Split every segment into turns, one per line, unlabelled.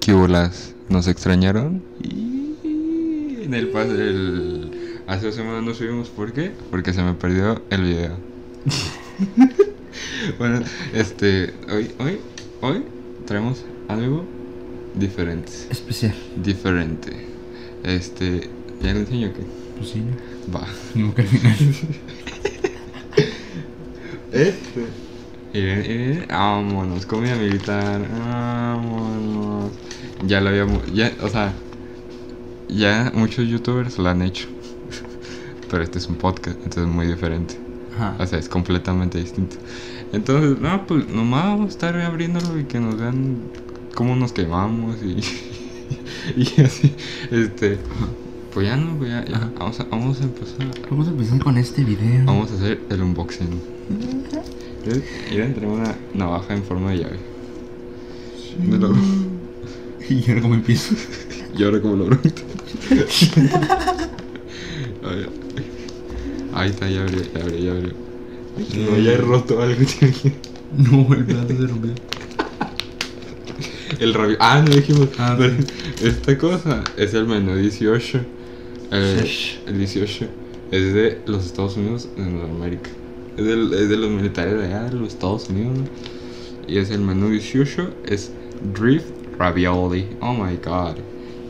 ¿Qué bolas? ¿Nos extrañaron? Y en el pas el hace dos semanas no subimos, ¿por qué? Porque se me perdió el video. bueno, este, hoy, hoy, hoy traemos algo diferente,
Especial.
diferente. Este, ya lo enseño que
Pues sí, ¿no?
va.
Como que al final.
Este. Miren, miren, vámonos, comida militar, vámonos. Ya lo habíamos, ya, o sea, ya muchos youtubers lo han hecho. Pero este es un podcast, entonces es muy diferente.
Ajá.
O sea, es completamente distinto. Entonces, no, pues nomás vamos a estar abriéndolo y que nos vean cómo nos quemamos y, y así. Este, pues ya no, pues ya, ya.
Ajá.
Vamos, a, vamos a empezar.
Vamos a empezar con este video.
Vamos a hacer el unboxing. Mira, entre una navaja en forma de llave. De lo-
Y ahora como empiezo.
Y ahora como lo bruto. A ver. Ahí está, ya abrió, ya abrió, ya abrió. No, ya he roto algo. tío.
No, el plato se rompió.
El rabi... Ah, no dijimos.
Ah,
Pero
sí.
Esta cosa es el menú 18. Eh,
Shesh.
el 18 es de los Estados Unidos de Norteamérica. Es, del- es de los militares de allá, de los Estados Unidos. ¿no? Y es el menú 18, es Drift Ravioli. Oh my god.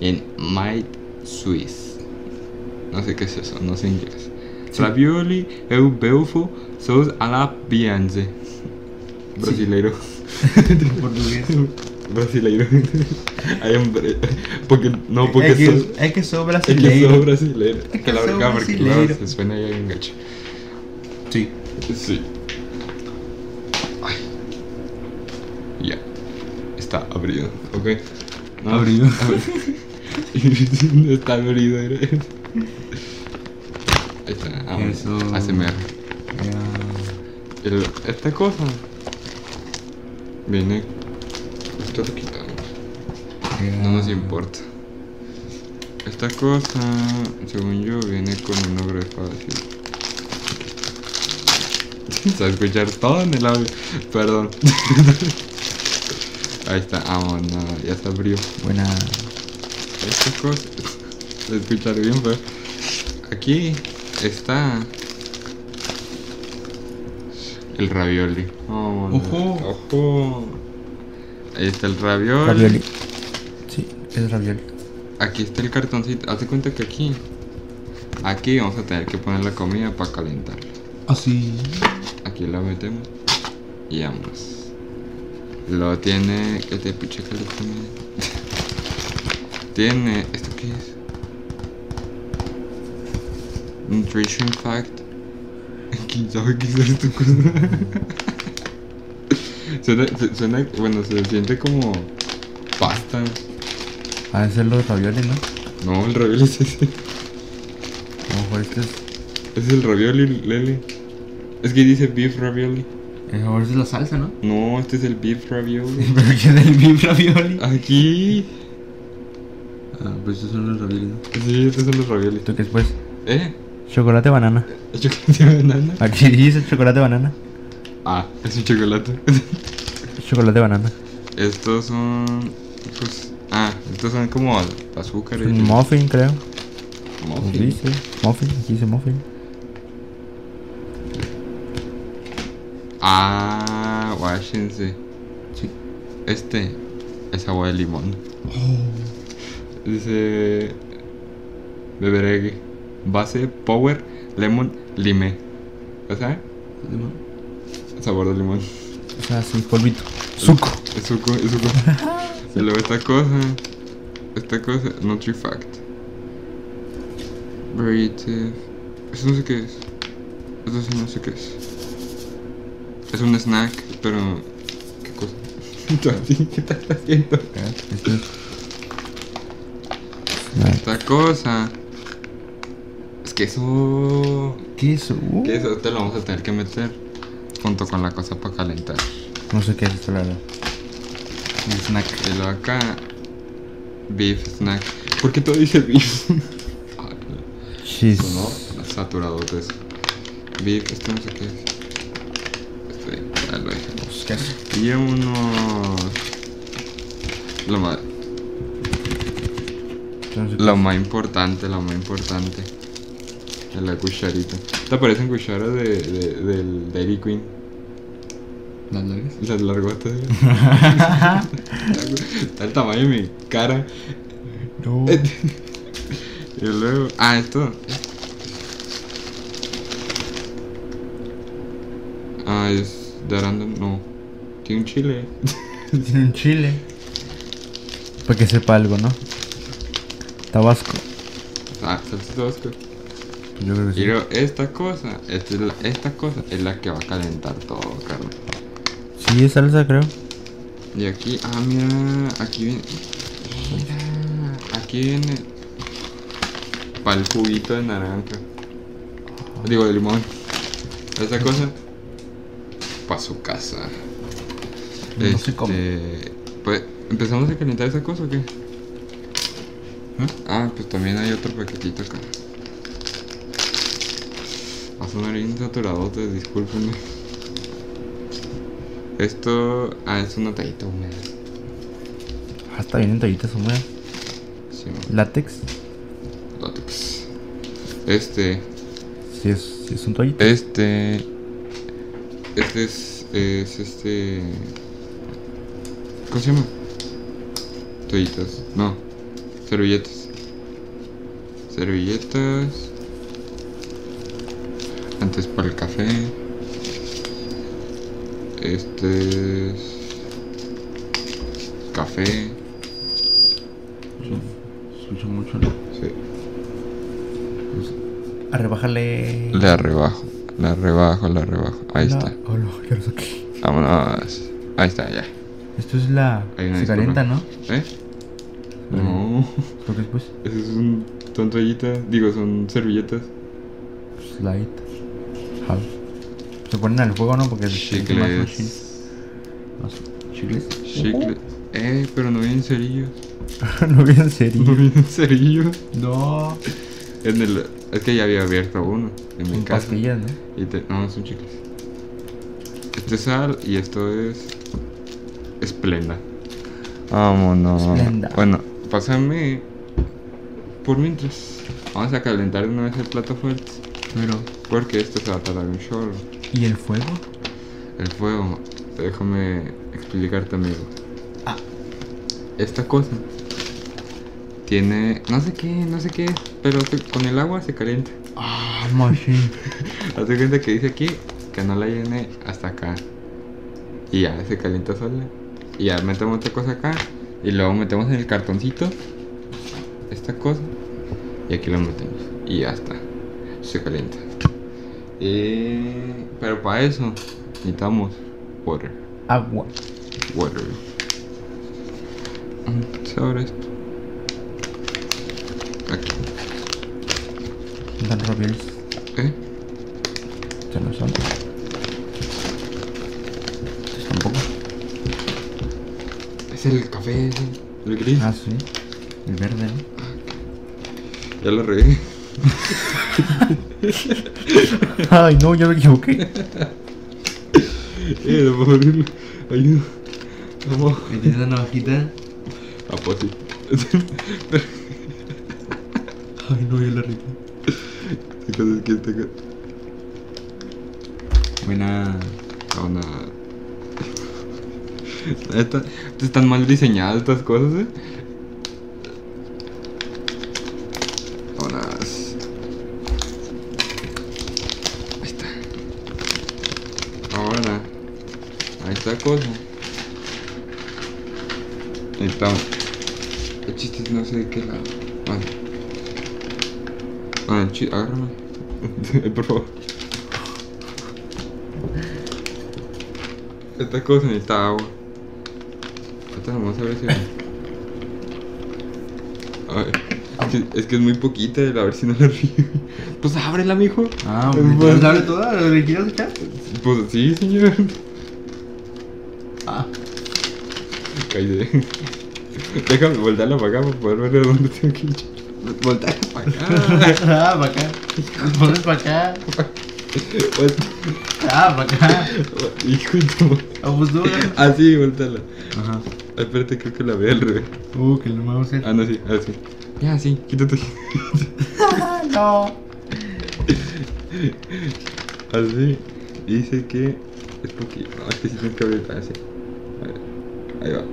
En Might Swiss. No sé qué es eso, no sé inglés.
Sí.
Ravioli eu belfo sous à la bianze. Brasileiro.
En portugués.
Brasileiro. Hay un bre- Porque, no, porque
es,
sou-
que, es que soy
es que
brasileiro.
soy brasileiro.
que
Que la
soy
verdad, porque
brasileiro.
claro, se suena ya bien gacho.
Sí.
Sí. Ay. Ya. Está abrido, ¿ok?
Abrido.
abri- no está abrido. era- Ahí está. ah, vamos.
Eso.
ASMR.
Ya.
El- esta cosa viene. Esto lo quitamos.
ya.
No nos importa. Esta cosa, según yo, viene con un nombre fácil. Se va a escuchar todo en el audio. Perdón. Ahí está, vamos, no, ya se abrió.
Buena.
Esta cosa, se va a escuchar bien, pero aquí está el ravioli. Vámonos.
Ojo.
Ojo. Ahí está el
Ravioli. Sí, es ravioli.
Aquí está el cartoncito. Hazte cuenta que aquí. Aquí vamos a tener que poner la comida para calentar.
Así.
Aquí la metemos. Y vamos. Lo tiene. Que te piche que la comida. tiene. ¿Esto qué es? Nutrition Fact. ¿Quién sabe qué es esto? suena, su- suena. Bueno, se siente como. Pasta.
Ha de ser los ravioles, ¿no? A
No, el revés es ese.
lo mejor este es.
Es el ravioli, Lele. Es que dice beef ravioli.
A lo mejor este es la salsa, ¿no?
No, este es el beef ravioli.
Pero que del beef ravioli.
Aquí.
Ah, pues estos son los ravioles, ¿no?
Sí, estos son los raviolis.
¿Tú qué es, pues?
¿Eh?
Chocolate banana.
¿Chocolate de banana?
Aquí dice chocolate banana.
Ah, es un chocolate.
Chocolate banana.
estos son. Pues, ah, estos son como azúcar.
Un muffin, creo.
Muffin.
Dice muffin, aquí dice muffin.
Ah, guáchense.
Sí.
Este es agua de limón. Dice. Beberé base, power, lemon, lime. ¿O sea? Sabor de limón.
O sea, sí, polvito. Suco.
Es suco, es suco. Y luego esta cosa. Esta cosa, NutriFact. Breathe. Eso no sé qué es. Esto sí no sé qué es. Es un snack, pero. ¿Qué cosa? ¿Tú a ti ¿Qué estás haciendo?
Este es. Snack.
Esta cosa. Es que eso.
Queso. uh.
Que eso te lo vamos a tener que meter junto con la cosa para calentar.
No sé qué es esto, la verdad. Un snack.
Y luego acá. Beef snack. ¿Por qué todo dice beef? Ah,
Cheese.
no, no, saturadotes. Beef, esto no sé qué es. Esto ahí,
Pues,
ya lo dejé.
Queso.
Y unos. Lo madre.
Entonces,
Lo más importante, lo más importante. De la cucharita. ¿Te parecen cucharas de, de- del Dairy Queen?
¿Las largas?
Las largotas. güey. Está el tamaño de mi cara.
no.
Y luego. Ah, esto. Ah, es de arándano. No. Tiene un chile.
Tiene un chile. Para que sepa algo, ¿no? Tabasco. Pues
Ah, salsa de Tabasco.
Yo creo que
Y
sí.
luego esta cosa, esta, es la- esta cosa es la que va a calentar todo, carne.
Sí, es salsa, creo.
Y aquí, ah, mira, aquí viene. Mira, aquí viene. Para el juguito de naranja. Digo, de limón. Esta cosa. Para su casa.
No se come. ¿Eh?
Este, Pues, ¿empezamos a calentar esa cosa o qué? Ah, pues también hay otro paquetito acá. Va a sonar bien saturadote, discúlpenme. Esto. Ah, es una tallita húmeda.
Ah, está bien en toallitas húmedas.
Sí, no,
Látex.
látex. Este.
Sí, es, sí es un toallito.
Este. Este es. Es este. ¿Cómo se llama? Toallitas. No. Servilletas. Servilletas. Antes para el café. Este es. Café.
Escucho mucho. ¿no?
Sí.
A rebajarle.
La rebajo. La rebajo, la rebajo. Ahí
La-
está.
Hola, ya lo saqué.
Vámonos. Ahí está, ya.
Esto es la.
Hay una
Se
disculpa.
calienta, ¿no?
¿Eh? No.
Creo que pues, después.
Eso es un. Son toallitas, digo, son servilletas.
Pues, light. Hal. Se ponen al fuego, ¿no? Porque se siente más machín.
Chicles.
Más- Chicles.
Chicles. Eh, pero no vienen cerillos.
no vi en serio.
No vienen cerillos.
No.
En el, es que ya había abierto uno en mi
Con
casa.
pastillas, ¿no?
Y te, no, son chicles. Este es sal y esto es. Esplenda. Vámonos.
Esplenda.
Bueno, pásame. Por mientras. Vamos a calentar de una vez el plato fuerte.
Pero.
Porque esto se va a tardar un chorro.
¿Y el fuego?
El fuego, déjame explicarte, amigo.
Ah.
Esta cosa tiene, no sé qué, no sé qué es, pero se- con el agua se calienta.
Ah, machín.
Hazte cuenta que dice aquí que no la llene hasta acá. Y ya se calienta sola. Y ya metemos otra cosa acá. Y luego metemos en el cartoncito esta cosa. Y aquí lo metemos. Y ya está. Se calienta. Eh, pero para eso necesitamos water.
Agua.
Water. Mm, Se abre esto. Aquí.
Dan raviolis.
¿Eh?
Se nos son. Estos Tampoco.
Es el café, es el, el gris.
Ah, sí. El verde, ¿no?
Ya lo reí.
Ay, no, yo me equivoqué.
Eh, por abrirlo. Ayuda. Vamos.
Metí esa navajita.
Ah, pues sí.
Ay, no, yo la regué.
Esta cosa es que esta cosa- Buena. Onda. Esta- están mal diseñadas estas cosas, eh. Vámonos. Ahí está. Ahora, a esta cosa. Necesitamos. El chiste es no sé de qué lado. Bueno. Ah, el chiste, agárrame. Por favor. Esta cosa necesita agua. Esta nomás a ver si. A ver. Es que, es que es muy poquita, a ver si no la río. Pues ábrela, mijo.
Ah,
pues,
pues
entonces,
abre toda, lo que quieras echar.
Pues sí, señor.
Ah,
Cállate. Déjame voltearla para acá para poder ver de dónde tengo que echar. Voltearla para acá.
ah, para acá. Los pones para acá.
Volte-
Ah, para acá.
Hijo de tu madre.
Ah, pues tú. ¿verdad?
Así, volteala.
Ajá.
Ah, Espérate, creo que la veo al revés.
Uh, que lo vamos a
Ah,
hacer.
no, sí, así. Ya, sí, quítate.
no.
Así. Y Ah, dice que. Es porque. No, es que sí tienes que abrir así. A ver, Ahí va.
Ahí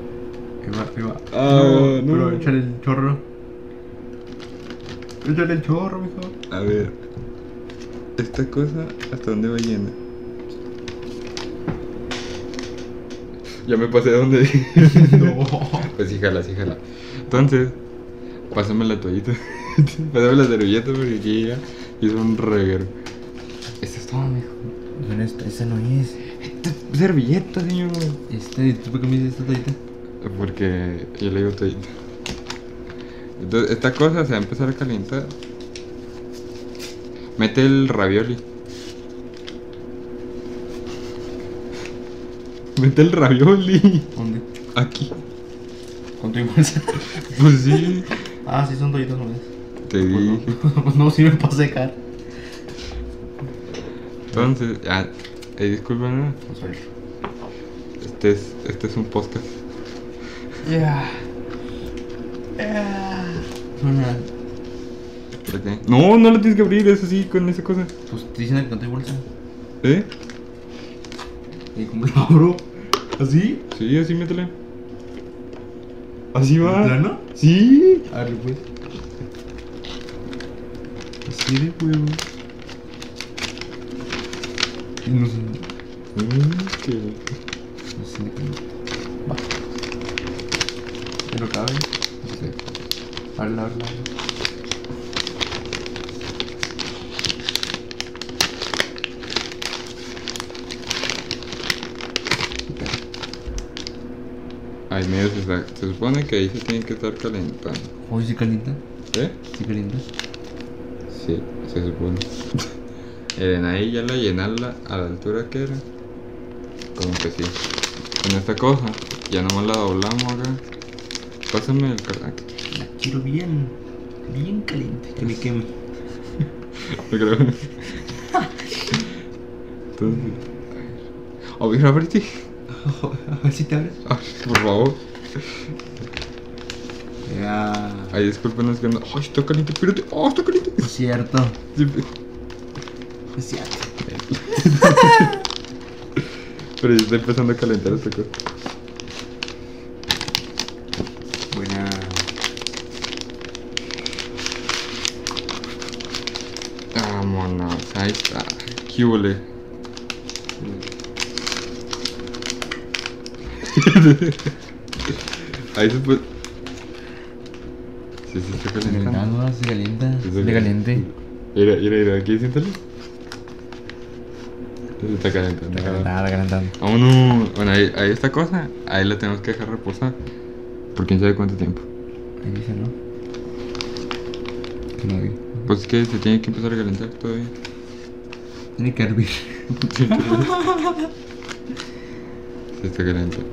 va, ahí va.
Ah,
no,
no.
Pero échale el chorro. Échale el chorro, mijo.
A ver. Esta cosa, ¿hasta dónde va llena? Ya me pasé de donde dije.
no.
Pues sí, jala, sí, jala. Entonces, pásame la toallita. pásame la servilleta porque aquí ya hizo un reguero. Esto es todo, mijo.
Bueno, esta, esa no es.
Esta es servilleta, señor.
Esta, ¿y tú por qué me dices esta toallita?
Porque yo le digo toallita. Entonces, esta cosa se va a empezar a calentar. Mete el ravioli. Mete el ravioli.
¿Dónde?
Aquí.
¿Con tu bolsa?
Pues sí.
ah, sí, son toallitas nomás.
Te dije.
Pues no sirven para secar.
Entonces, ah, eh, disculpen, ¿no?
Vamos a ver.
este es, este es un podcast.
Ya. Ya. Suena.
¿Para qué? No, no lo tienes que abrir, eso sí, con esa cosa.
Pues te dicen que no te bolsa.
¿Eh?
¿Y cómo lo abro? ¿Así?
Sí, así métele. Así va.
¿En plano?
Sí.
A ver, pues.
Así de huevo.
Y no se.
Mm, qué-
No se siente que no. Va. ¿Pero cabe? No sé. Ábrela, ábrela. ábrela.
Ay, medio se, está- se supone que ahí se tienen que estar calentando.
Oye, ¿sí calienta?
¿Eh?
¿Sí calienta?
Sí, se supone. Miren, ahí ya la llenarla a la altura que era. Como que sí. Con esta cosa, ya nomás la doblamos acá. Pásame el cartón.
La quiero bien. Bien caliente. Que me queme.
No creo. Entonces. A ver, ábrete.
A ver si te abres.
Ay, por favor.
Ya.
Ay, disculpen, es que no. Ay, está caliente, espérate. ¡Oh, está caliente!
Es cierto.
Sí,
Es cierto.
Pero ya está empezando a calentar este esta cosa.
Buena.
Vámonos, ahí está. ¿Qué huele? Ahí se puede. Sí, sí, está calentando.
Calentando, se calienta.
Sí,
Se caliente.
Mira, mira, mira, aquí siéntale. Se está calentando.
Está calentando, está calentando.
Vámonos. Bueno, ahí, ahí esta cosa, ahí la tenemos que dejar reposar. Por quién sabe cuánto tiempo.
Ahí dice, ¿no? Que no vi.
Pues es que se tiene que empezar a calentar todavía.
Tiene que hervir.
Se está calentando.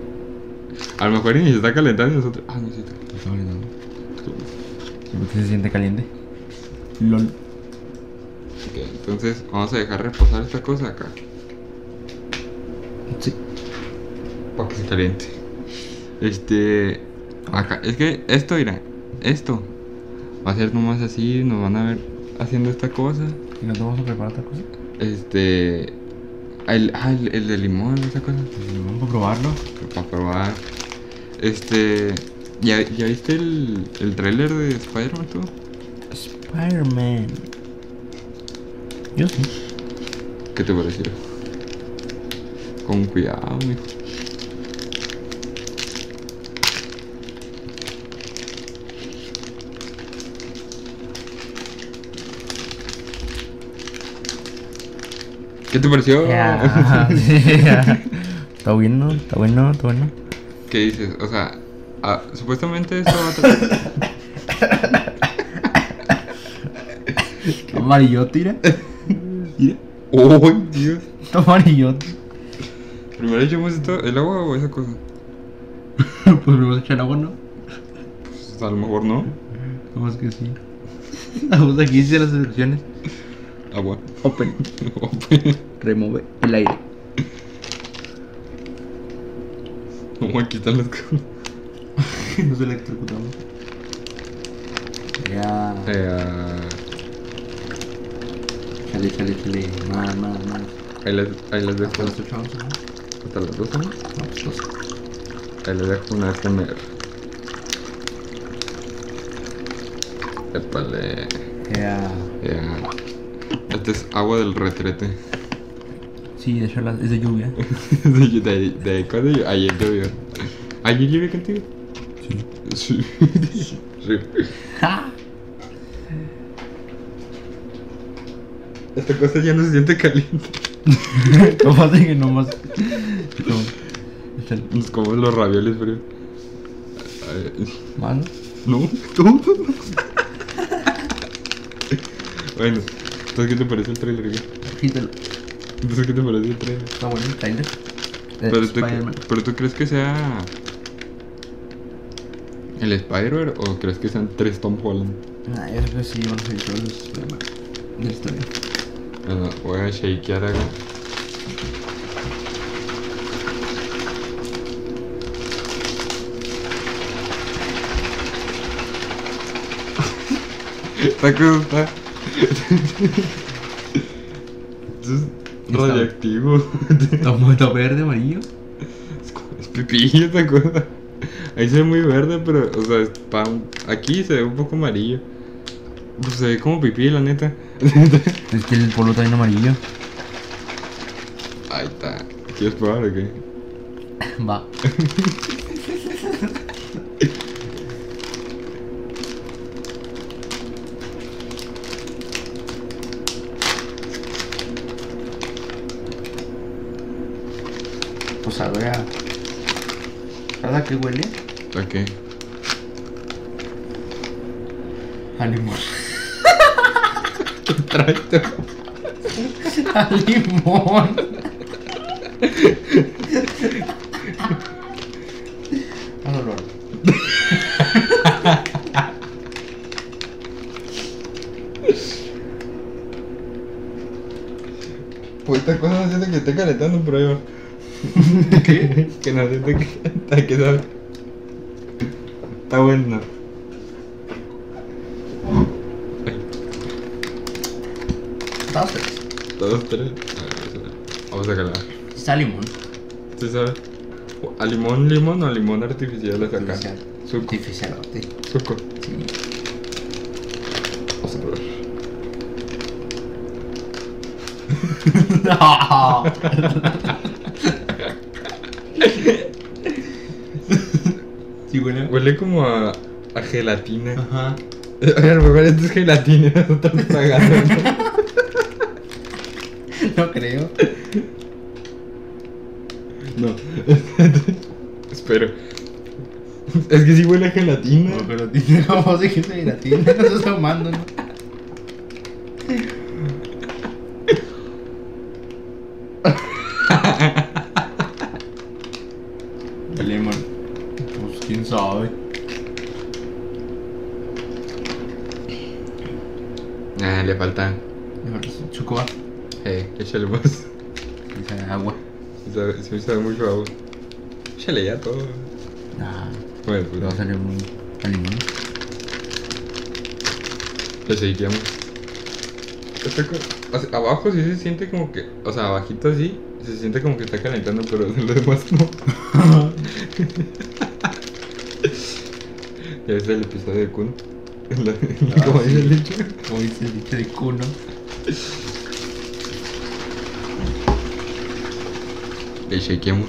A lo mejor ni se está calentando y nosotros. Ah, no, sí está calentando.
Está calentando. ¿Y por qué se siente caliente? LOL.
Ok, entonces vamos a dejar reposar esta cosa acá.
Sí.
Para que se caliente. Este. Acá. Es que esto, mira. Esto. Va a ser nomás así. Nos van a ver haciendo esta cosa.
¿Y nos vamos a preparar otra cosa?
Este. El, ah, el, el de limón, esa cosa.
Pues Vamos a probarlo.
Para probar. Este. ¿Ya, ya viste el, el trailer de Spider-Man tú?
Spider-Man. Yo sí.
¿Qué te pareció? Con cuidado, mijo. ¿Qué te
Oh.
pareció?
Está bueno, está bueno, está bueno.
¿Qué dices? O sea, ah, supuestamente esto va a tratar.
Amarillo tira.
Mira. ¡Oh, Dios!
Amarillo.
Primero echamos esto, el agua o esa cosa.
Pues me vas a echar agua, ¿no?
Pues, a lo mejor no.
No más que sí. Vamos aquí dice las instrucciones.
Agua.
Open. Remove el aire.
Vamos a quitar las cosas.
Nos electrocutamos. llegué a.
Eh,
Chale, chale, chale. Más, más, más.
ahí, les, ahí les
Hasta
dejo
las 8 onzas, ¿no?
hasta las 12, ¿no?
No, pues 12.
Ahí les dejo una FMR. Épale.
Ya.
Ya. Esta es agua del retrete.
Sí, de hecho la- es de lluvia.
de, de, de cuándo yo- Ayer llovió. ¿Ayer llovió contigo?
Sí.
Sí. sí.
¡Ja!
Esta cosa ya no se siente caliente.
Lo más de que nomás. Como- Es el
Nos comemos Pues, los ravioles fríos. Ay,
malo.
No, no, no, no. Bueno, entonces, ¿qué te parece el trailer? güey?
Quítalo.
Entonces, ¿qué te parece el trailer?
Está bueno el trailer. De
Pero tú,
Spider-Man.
pero tú crees que sea el Spider-Man o crees que sean tres Tom Holland?
Nah, Ah, yo creo que sí, vamos a ir todos los Spider-Man. De la historia.
Bueno, Ah, voy a shakear acá. Esta cosa está. Esto es
Está-
radioactivo.
Tomo esto pues, verde, amarillo.
Es como- Es pipí esa cosa. Ahí se ve muy verde, pero, o sea, es pa- aquí se ve un poco amarillo. Pues se ve como pipí, la neta.
Es que el polo también amarillo.
Ahí está. ¿Quieres probar o qué?
Va. pues a ver. ¿Sabes a qué huele?
¿A qué?
A limón.
Tracto.
A limón. Al olor.
Pues esta cosa no siente que esté calentando, pero ahí va. ¿Qué? que no siente que, ¿a qué sabe. Está bueno.
¿Sabes?
Dos, tres. Vamos a calar.
Está limón.
¿Sí sabes? ¿A limón, limón o a limón artificial es acá?
Artificial.
Suco.
Artificial. Sí.
Suco. Vamos a probar.
No. sí, huele.
Huele como a, a gelatina.
Ajá.
A lo mejor esto es gelatina, nosotros tragando.
No creo.
No. Espero. Es que sí huele a gelatina.
No, pero tiene como de que se tienda No se está ahumando, ¿no? El Lemon. Pues quién sabe.
Ah, le falta.
Chocobar.
Eh, échale más.
Agua.
Sí sabe, sí sabe mucho agua. Échale ya todo.
Nah,
Bueno, pues
pero Ah, va a
vamos.
salir muy a limón.
Le seguimos. Está co- o sea, abajo sí se siente como que. O sea, abajito así. Se siente como que está calentando, pero lo demás no. Ya ves el episodio de Kun. La-
Ah,
como
sí.
dice el dicho.
Como dice el dicho de cuno.
Le chequeamos.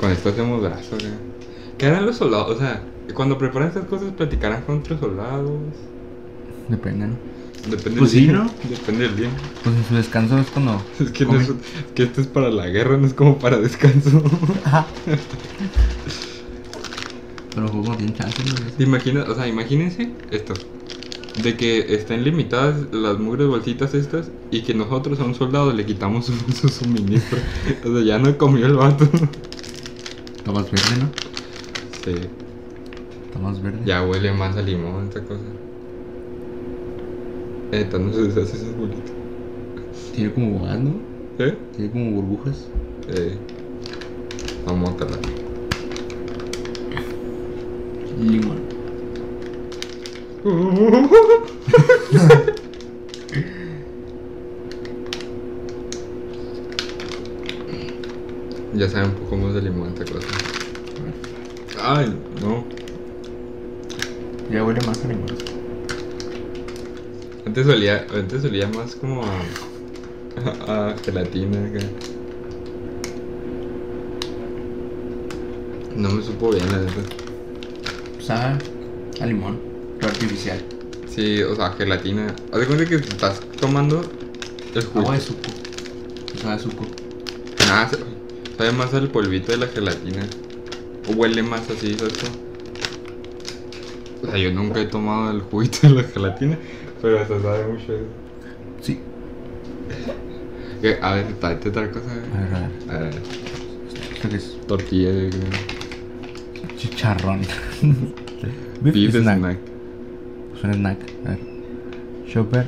Con esto hacemos brazo, güey. ¿Qué harán los soldados? O sea, cuando preparan estas cosas, platicarán con otros soldados.
Depende, ¿no?
Depende
Pues
del
sí,
día.
¿no?
Depende del día.
Pues en su descanso es cuando.
Es que, no es,
comen.
es que esto es para la guerra, no es como para descanso.
Ajá. Pero juego bien chance, ¿no?
Imagina, o sea, imagínense esto. De que estén limitadas las mugres bolsitas estas y que nosotros a un soldado le quitamos su, su suministro. O sea, ya no comió el vato.
Tomas verde, ¿no?
Sí.
Tomas verde.
Ya huele más a limón esta cosa. Neta, no se deshace esas bolitas.
Tiene como gas, ¿no?
¿Eh?
Tiene como burbujas.
Eh. Vamos a calar.
Limón.
ya saben un poco más de limón esta cosa. Ay, no.
Ya huele más a limón.
Antes olía, antes olía más como a, a gelatina acá. No me supo bien la neta.
Sabe Pues a limón, pero artificial.
Sí, o sea, gelatina. Haz de cuenta que te estás tomando el jugo.
Agua de suco. Sabe a suco.
Nada, sa- sabe más al polvito de la gelatina. O huele más así, ¿sabes? cómo? O sea, yo nunca he tomado el juguito de la gelatina, pero se sabe mucho eso.
Sí.
Que, A ver, tráete otra cosa. eh.
A ver, a
A
ver.
ver,
Esto que es
tortilla de
chicharrón. Beef
beef
snack.
snack.
Es un snack. A ver. Chopper.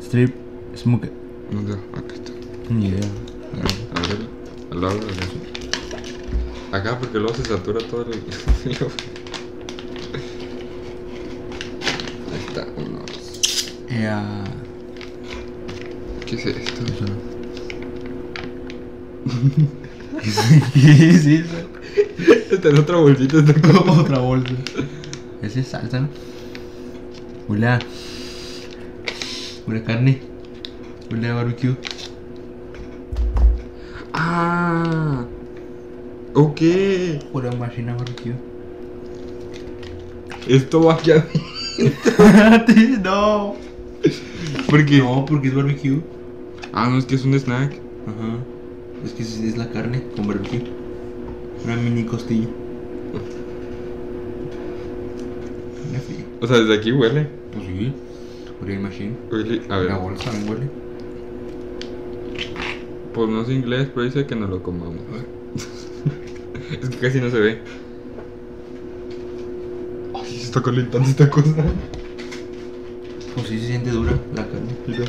Strip. Smoke.
No sé, acá está.
Ni idea.
A ver, al lado de la- Acá porque luego se satura todo el. Ahí está, uno, dos.
Eh, ah,
¿Qué es esto?
eso no. ¿Qué es eso?
Está en otra bolsita, está como.
Otra bolsa. Ese es salsa, ¿no? Huele a. Huele a carne. Huele a barbecue.
¡Ah! Ok.
Huele a máquina barbecue.
Esto va aquí adentro.
no.
Porque.
No, porque es barbecue.
Ah, no, es que es un snack.
Ajá. Es que es, es la carne con barbecue. Una mini costilla. Una fría.
O sea, desde aquí huele.
Pues sí. Huele a machine.
Huele. A
La
ver,
bolsa también huele.
pues no sé inglés, pero dice que no lo comamos. Es que casi no se ve. Ay, se está calentando esta cosa.
Pues sí se siente dura la carne.
Mira.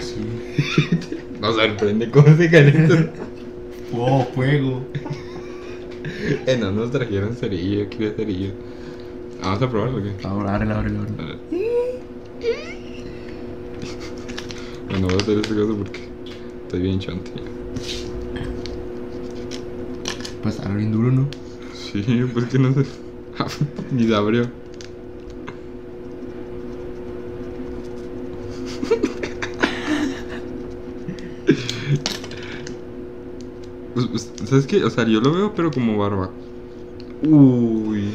Sí.
Nos sorprende cómo se calienta.
Wow, Oh, fuego.
eh, no nos trajeron cerillo, yo quería cerillo. Vamos a probarlo, o ¿qué?
Ahora, ábrela, ábrela, ábrela.
Bueno, voy a hacer este caso porque estoy bien chante.
Pues ahora bien duro, ¿no?
Sí, ¿por qué no se.? Ni se abrió. Pues, pues, ¿Sabes qué? O sea, yo lo veo, pero como barba. Uy.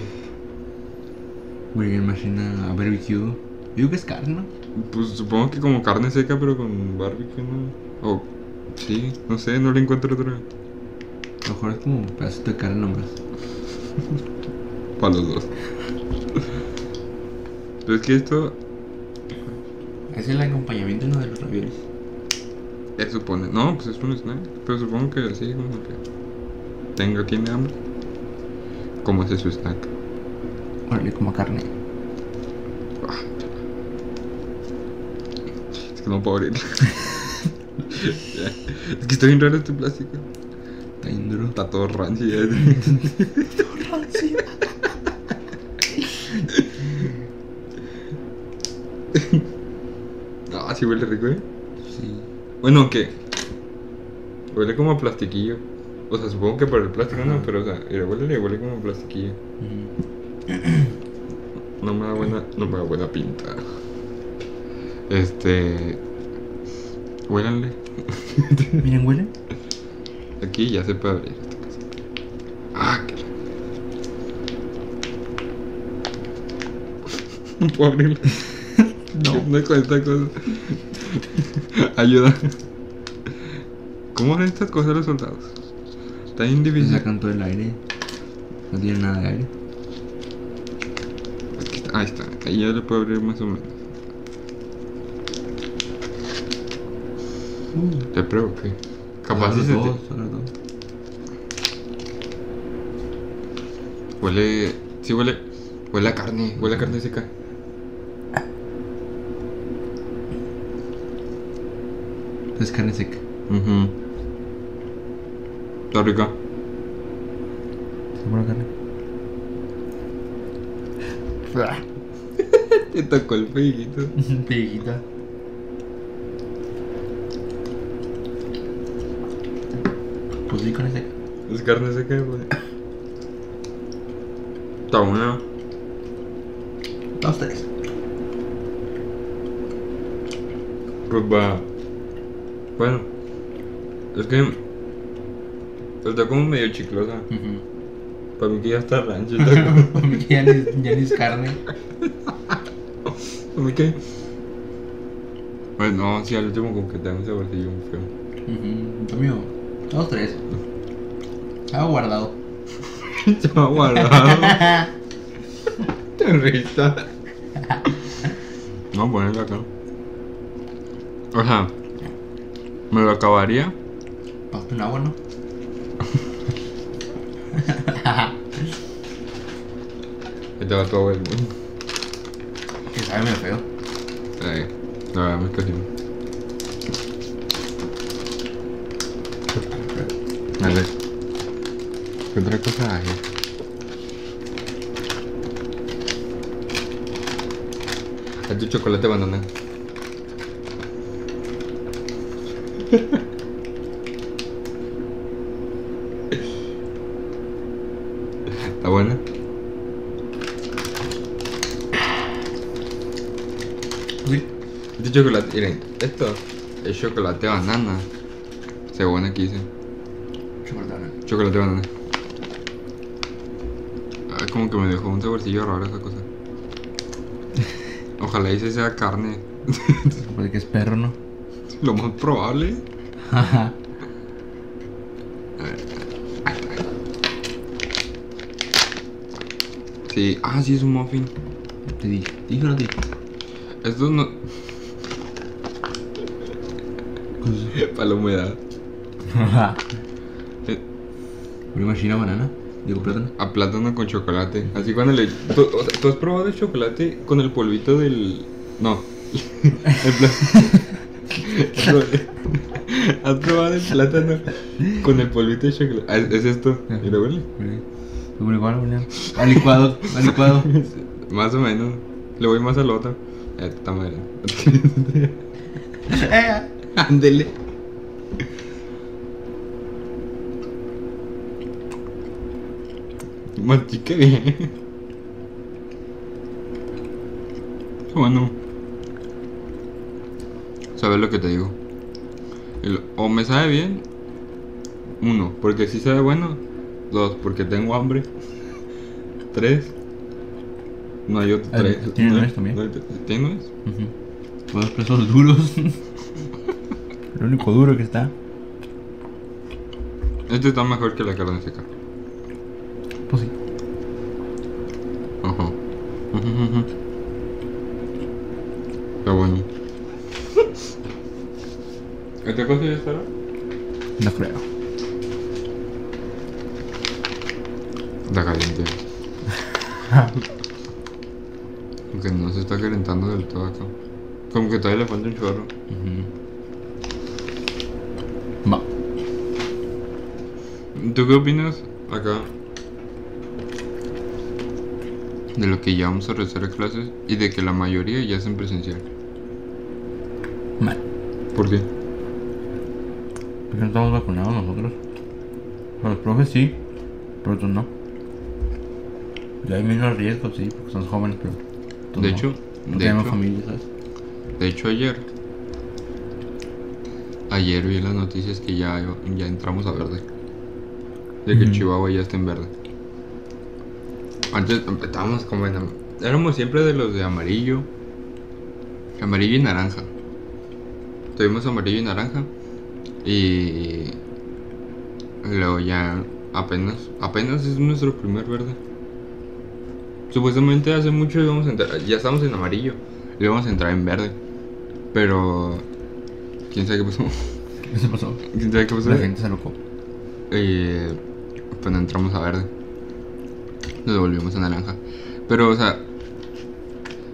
Burger Machine a barbecue. Yo digo que es carne, ¿no?
Pues supongo que como carne seca, pero con barbecue, ¿no? O. sí, no sé, no le encuentro otra.
A lo mejor es como un pedacito de carne nomás.
Para los dos. Pero es que esto
Es el acompañamiento ¿no? de los raviolis.
Eh, supone, no, pues es un snack, pero supongo que sí, como que tengo, tiene hambre. ¿Cómo es su snack?
Órale, como a carne.
Es que no puedo abrir. es que está bien raro este plástico.
Está bien duro.
Está todo rancio. ya. ah, sí huele rico, eh.
Sí.
Bueno, que huele como a plastiquillo. O sea, supongo que por el plástico no,
Ajá.
pero o sea, le huele, le huele como a plastiquillo.
Mm.
No me da buena, no me da buena pinta. Este. Huélanle.
Miren, huele.
Aquí ya se puede abrir esta cosa. Ah, qué rico. No puedo abrirla. ¿Qué
No.
onda con esta cosa? Ayuda. ¿Cómo hacen estas cosas los soldados? Está bien
Se
difícil.
sacan todo el aire. No tiene nada de aire.
Aquí está, Ahí está. Ahí ya le puedo abrir más o menos. Te pruebo que. Capaz
Ahora
si se te-
dos, ahora dos.
Huele. Sí, huele. Huele a carne. Huele a carne seca.
Es carne seca.
Está rica.
Está buena carne.
Te tocó el pellito.
Pellita. Pues sí, con ese.
Es carne seca, güey. Está buena.
Dos, tres.
Pues va. Bueno. Es que. Está como medio chiclosa.
Ujú.
Para mí que ya Pues está rancho. Está como-
ya, ni, ya ni es carne.
Para mí que. Pues no, sí, al último como que te da un saborcillo muy feo.
Ujú. Amigo, dos, tres. Estaba guardado.
Se me ha guardado. Te risa. No, ponerla acá. O sea, me lo acabaría.
Pasto un agua, ¿no?
Este va tu abuelo.
Que sabe medio feo.
Eh, la verdad es que sí. Dale. ¿Qué otra cosa hay? Es tu chocolate banana. ¿Está buena?
Sí.
Este chocolate, miren, esto es chocolate banana. Según aquí dice.
Chocolate banana.
Chocolate banana. Ah, como que me dejó un saborcillo raro esa cosa. Ojalá y sí sea carne.
Parece que es perro, ¿no?
Lo más probable.
Ajá.
Sí. Ah, sí, es un muffin.
Te dije. ¿Te dije o no te dije?
Esto no. Para la humedad.
Ajá.
Eh,
Una imagina banana. Digo, plátano.
A plátano con chocolate. Así cuando le. ¿Tú, o sea, ¿tú has probado el chocolate con el polvito del. No. El pla- ¿Has probado el plátano con el polvito de chocolate? Ah, es, es esto. Mira, huele.
Tú me igual, boludo. Al licuado, al licuado.
Más o menos. Le voy más a la otra. Esta madre.
Eh.
Ándele. Mastique bien. Bueno. Sabes lo que te digo. El- o me sabe bien. Uno, porque si sabe bueno. Dos, porque tengo hambre. Tres. No hay otro.
Ah,
Tres.
¿tiene
No hay-
nuez también?
no hay- ¿Tiene nuez?
Ujú. Dos pesos duros. Lo único duro que está.
Este está mejor que la carne seca.
Pues sí.
Ajá. Ujú, ujú, ujú. Está bueno. ¿Esta cosa ya estará?
No creo.
Está caliente. Aunque no se está calentando del todo acá. Como que todavía le falta un chorro.
Va.
¿Tú qué opinas acá? De lo que ya vamos a regresar a clases y de que la mayoría ya es en presencial.
Mal.
¿Por qué?
¿Por qué no Pues estamos vacunados nosotros? Los profes sí, pero tú no. Ya hay menos riesgo, sí, porque son jóvenes, pero. tú
De
no.
hecho,
no
de
tenemos
hecho.
familia, ¿sabes?
De hecho ayer Ayer vi en las noticias que ya, ya entramos a verde De que
Ujú.
Chihuahua ya está en verde Antes estábamos como en am- Éramos siempre de los de amarillo Amarillo y naranja Tuvimos amarillo y naranja Y Luego ya apenas Apenas es nuestro primer verde Supuestamente hace mucho íbamos a entrar, ya estamos en amarillo, y íbamos a entrar en verde. Pero quién sabe qué pasó.
¿Qué se pasó?
Quién sabe qué pasó.
La gente se locó.
Eh, pues no entramos a verde. Nos devolvimos a naranja. Pero, o sea,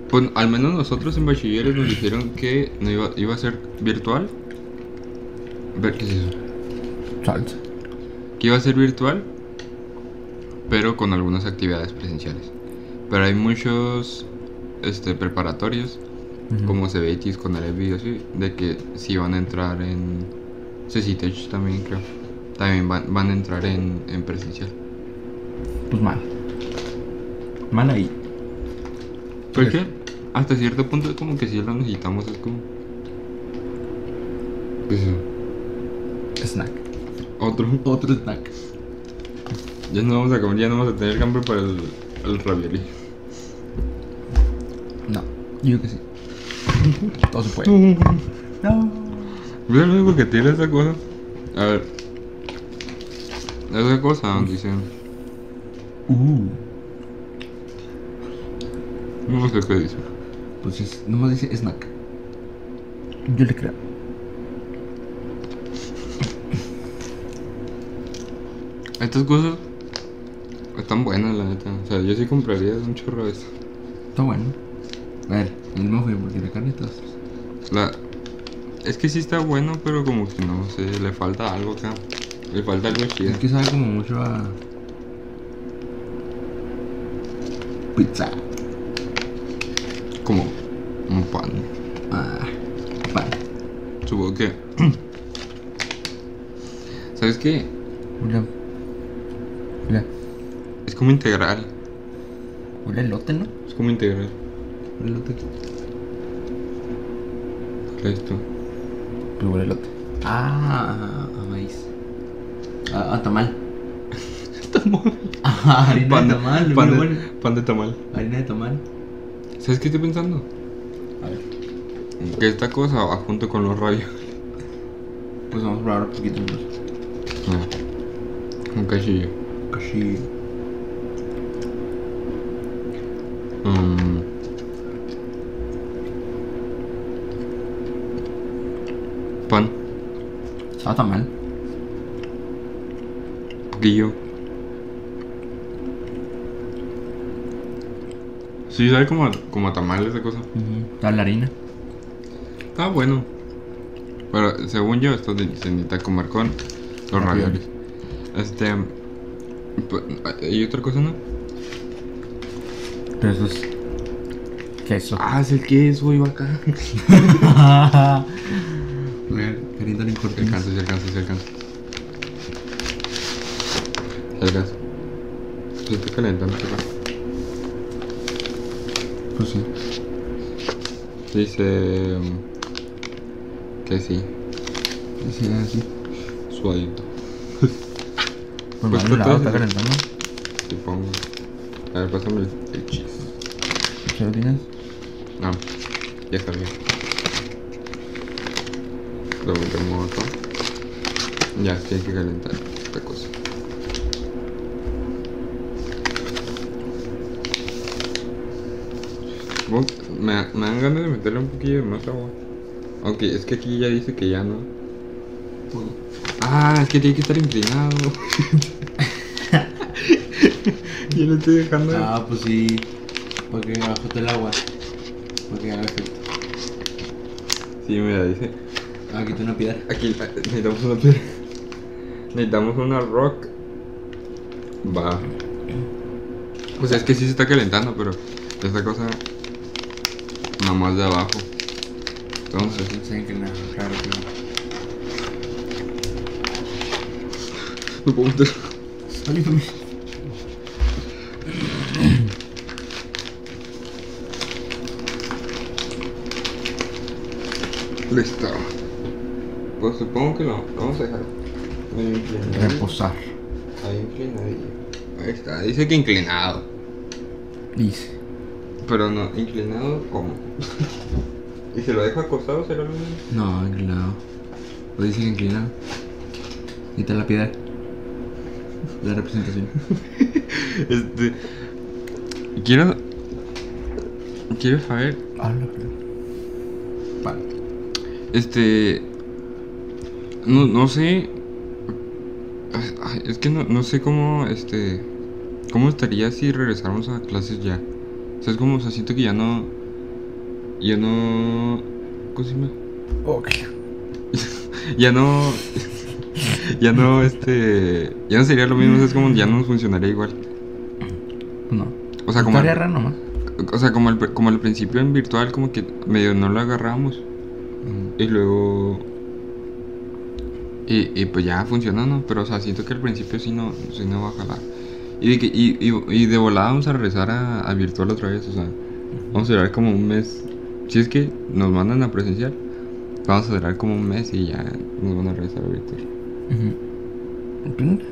pues al menos nosotros en bachilleres nos dijeron que no iba, iba a ser virtual. Ver, ¿Qué es eso?
Salsa.
que iba a ser virtual pero con algunas actividades presenciales. Pero hay muchos este, preparatorios,
Ujú.
como CBITs con el FB y así, de que si van a entrar en CCTech también, creo. También van, van a entrar en, en presencial.
Pues mal. Mal ahí.
¿Por qué? Hasta cierto punto es como que si lo necesitamos, es como... Pues,
Snack.
otro,
Otro snack.
Ya no vamos a comer, ya no vamos a tener hambre para el, el ravioli.
No, yo que sí. Todo se puede. No.
Yo Pues lo único que tiene esa cosa. A ver. Esa cosa, dice.
Uh.
No sé qué dice.
Pues es, nomás dice snack. Yo le creo.
Estas cosas están buenas, la neta. O sea, yo sí compraría un chorro de esto.
Está bueno. A ver, el muffin porque la carne está.
La... Es que sí está bueno, pero como que no sé, le falta algo acá. Le falta algo eh. chido.
Es que sabe como mucho a. Pizza.
Como un pan.
Ah, pan.
Supongo que. ¿Sabes qué?
Una. Una.
Es como integral.
Un elote, ¿no?
Es como integral.
Un elote.
Esto.
Pero un elote. Ah, a maíz. A, a tamal. Ah, harina
Pan
de
de,
tamal.
pan
muy
de-
bueno.
pan de tamal.
Harina de tamal.
¿Sabes qué estoy pensando?
A ver.
Que esta cosa va junto con los rayos.
Pues vamos a probar un poquito más.
Ah, Un cachillo.
Casi.
Mm. Pan,
Estaba Ah, tamal.
guillo. Sí, sabe como a, como a tamal esa cosa.
Estaba la harina.
Está bueno. Pero según yo, esto de- se necesita comer con los raviolis. Este. pu- ¿Y otra cosa, no?
Pero eso es. Queso.
Ah, es el queso, iba acá.
Ah, Carita le
Se alcanza, se alcanza, se alcanza. Se alcanza. Se está calentando acá.
Pues sí.
Dice. mm, Que sí,
Pues Sí, así.
suadito.
Pues
Pues
mal,
tú
la está
estás-
calentando.
Te pongo. A ver, pásame el, el cheese.
¿Se lo tienes?
Ah, ya está bien. Lo metemos acá. Ya, tiene que calentar esta cosa. Supongo que- Me, me dan ganas de meterle un poquillo de más agua. Aunque es que aquí ya dice que ya no. Ah, es que tiene que estar inclinado. Yo lo estoy dejando.
Ah, pues sí. Para que abajote el agua. Para que haga efecto.
Sí, mira, dice
Ah, quita una piedra.
Aquí eh, necesitamos una piedra. Necesitamos una rock. Va. O sea, es que sí se está calentando, pero esta cosa nada más de abajo. Entonces,
Pues Saben que nada, claro que no.
no puedo meter.
Ayúdame.
Listo. Pues supongo que lo vamos a dejar. Ahí inclinadillo.
Reposar.
Ahí inclinadillo. Ahí está. Dice que inclinado.
Dice.
Pero no, inclinado como. ¿Y se lo dejo acostado? ¿Será lo mismo?
No, inclinado. Lo dice que inclinado. Quita la piedra. La representación.
Este. Quiero. Quiero saber.
Habla, Vale.
Este. No, no sé. Ay, ay, Es que no, no sé cómo. Este. ¿Cómo estaría si regresáramos a clases ya? O sea, es como. O sea, siento que ya no. Ya no. ¿Cómo se llama?
Ok.
Ya no. Ya no, este. Ya no sería lo mismo. o sea, es como. Ya no funcionaría igual. O sea, como,
Historia rara nomás.
o sea, como, el, como el principio en virtual, como que medio no lo agarramos. Y luego. Y, y pues ya funcionó, ¿no? Pero, o sea, siento que al principio sí no, sí no va a jalar. Y de, que, y, y- y de volada vamos a regresar a, a virtual otra vez, o sea, vamos a durar como un mes. Si es que nos mandan a presencial, vamos a durar como un mes y ya nos van a regresar a virtual.
Mm. Ujú. ¿Quién-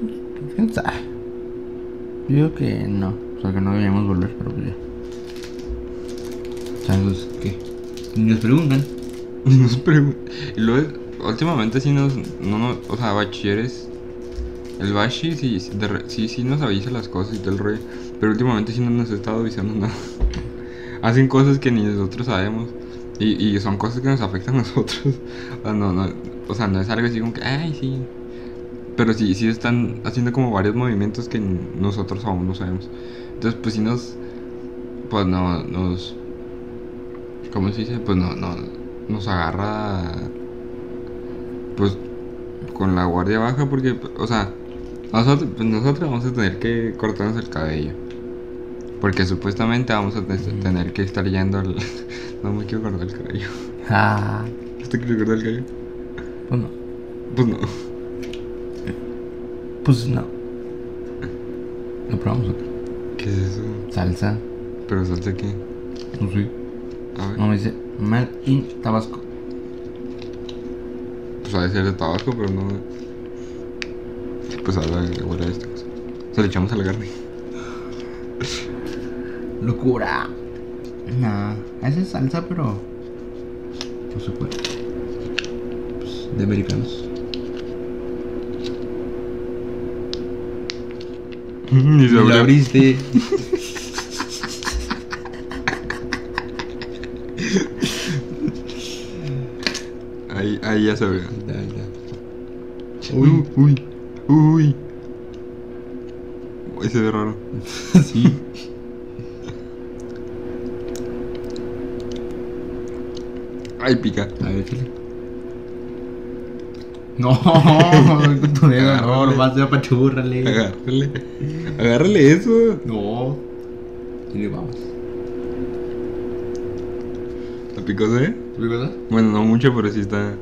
¿Quién sabe? Yo digo que no. O sea, que no deberíamos volver, pero pues ya. O sea, entonces, ¿qué? Ni Nos preguntan.
Nos pregun- y luego, últimamente sí nos. No, no, o sea, bachilleres. El Bashi sí, sí, de re- sí, sí nos avisa las cosas y todo el rollo. Pero últimamente sí no nos ha estado avisando nada. Hacen cosas que ni nosotros sabemos. Y, y son cosas que nos afectan a nosotros. O sea, no, no, o sea, no es algo así como que, ay, sí. Pero sí, sí están haciendo como varios movimientos que nosotros aún no sabemos. Entonces, pues sí nos. Pues no, nos. ¿Cómo se dice? Pues no, no, nos agarra pues con la guardia baja porque, o sea, nosotros, pues, nosotros vamos a tener que cortarnos el cabello. Porque supuestamente vamos a te-
Ujú.
tener que estar yendo al... No me quiero cortar el cabello.
Ah,
¿Usted quiere cortar el cabello?
pues no.
Pues no.
Pues no. Lo probamos acá.
¿Qué es eso?
Salsa.
Pero salta aquí.
No sé.
A ver.
No me dice mal y Tabasco.
Pues ha de ser de tabaco, pero no... Pues ahora huele a esta cosa. Se le echamos a la carne.
Locura. Nah, esa es salsa, pero. No se puede. Pues, de americanos.
Ni se
Lo
abrió.
abriste.
Ahí, ahí ya se abrió.
Uy,
uy, uy. Uy, se ve raro.
sí.
Ay, pica.
A ver, échale. No, con tu dedo, no,
Agárrale.
lo vas a hacer pachurrale.
Agárrale. Agárrale eso.
No. Y le vamos.
La picó, ¿eh?
¿Tú me acuerdas?
Bueno, no mucho, pero sí está.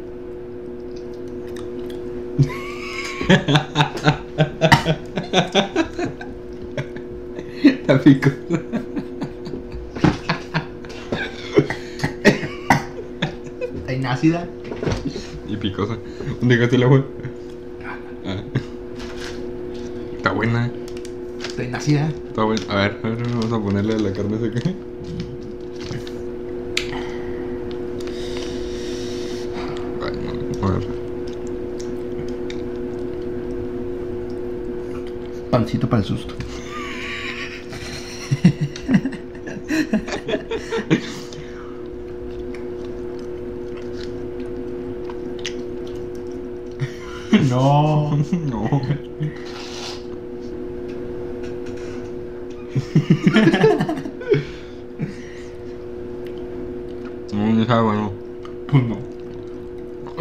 La picó.
Está inácida.
Y picosa. ¿Dónde dejaste el agua? Ah. Está buena.
Está inácida.
Está buena. A ver, a ver, vamos a ponerle la carne seca. Ay, no, a ver.
Pancito para el susto. no.
No. No, no sabe bueno.
Pues no.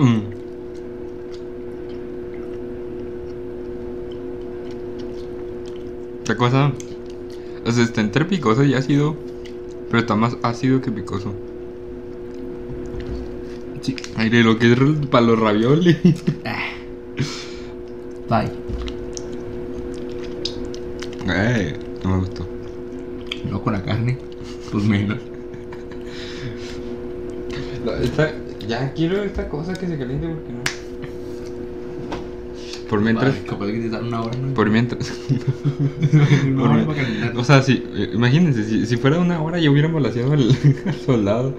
Mm. Esta cosa, o sea, está entre picoso y ácido, pero está más ácido que picoso.
Sí.
Ay, de lo que es re- para los raviolis.
Bye.
Ay, Eh, no me gustó.
No con la carne. Pues menos.
No, esta- ya quiero esta cosa que se caliente porque no. Por mientras.
Ay, capaz de que te dan una hora, ¿no?
Por mientras.
una
por
hora
mi-
para calentar.
O sea, si, eh, imagínense, si, si fuera una hora ya hubiéramos laciado al, al soldado.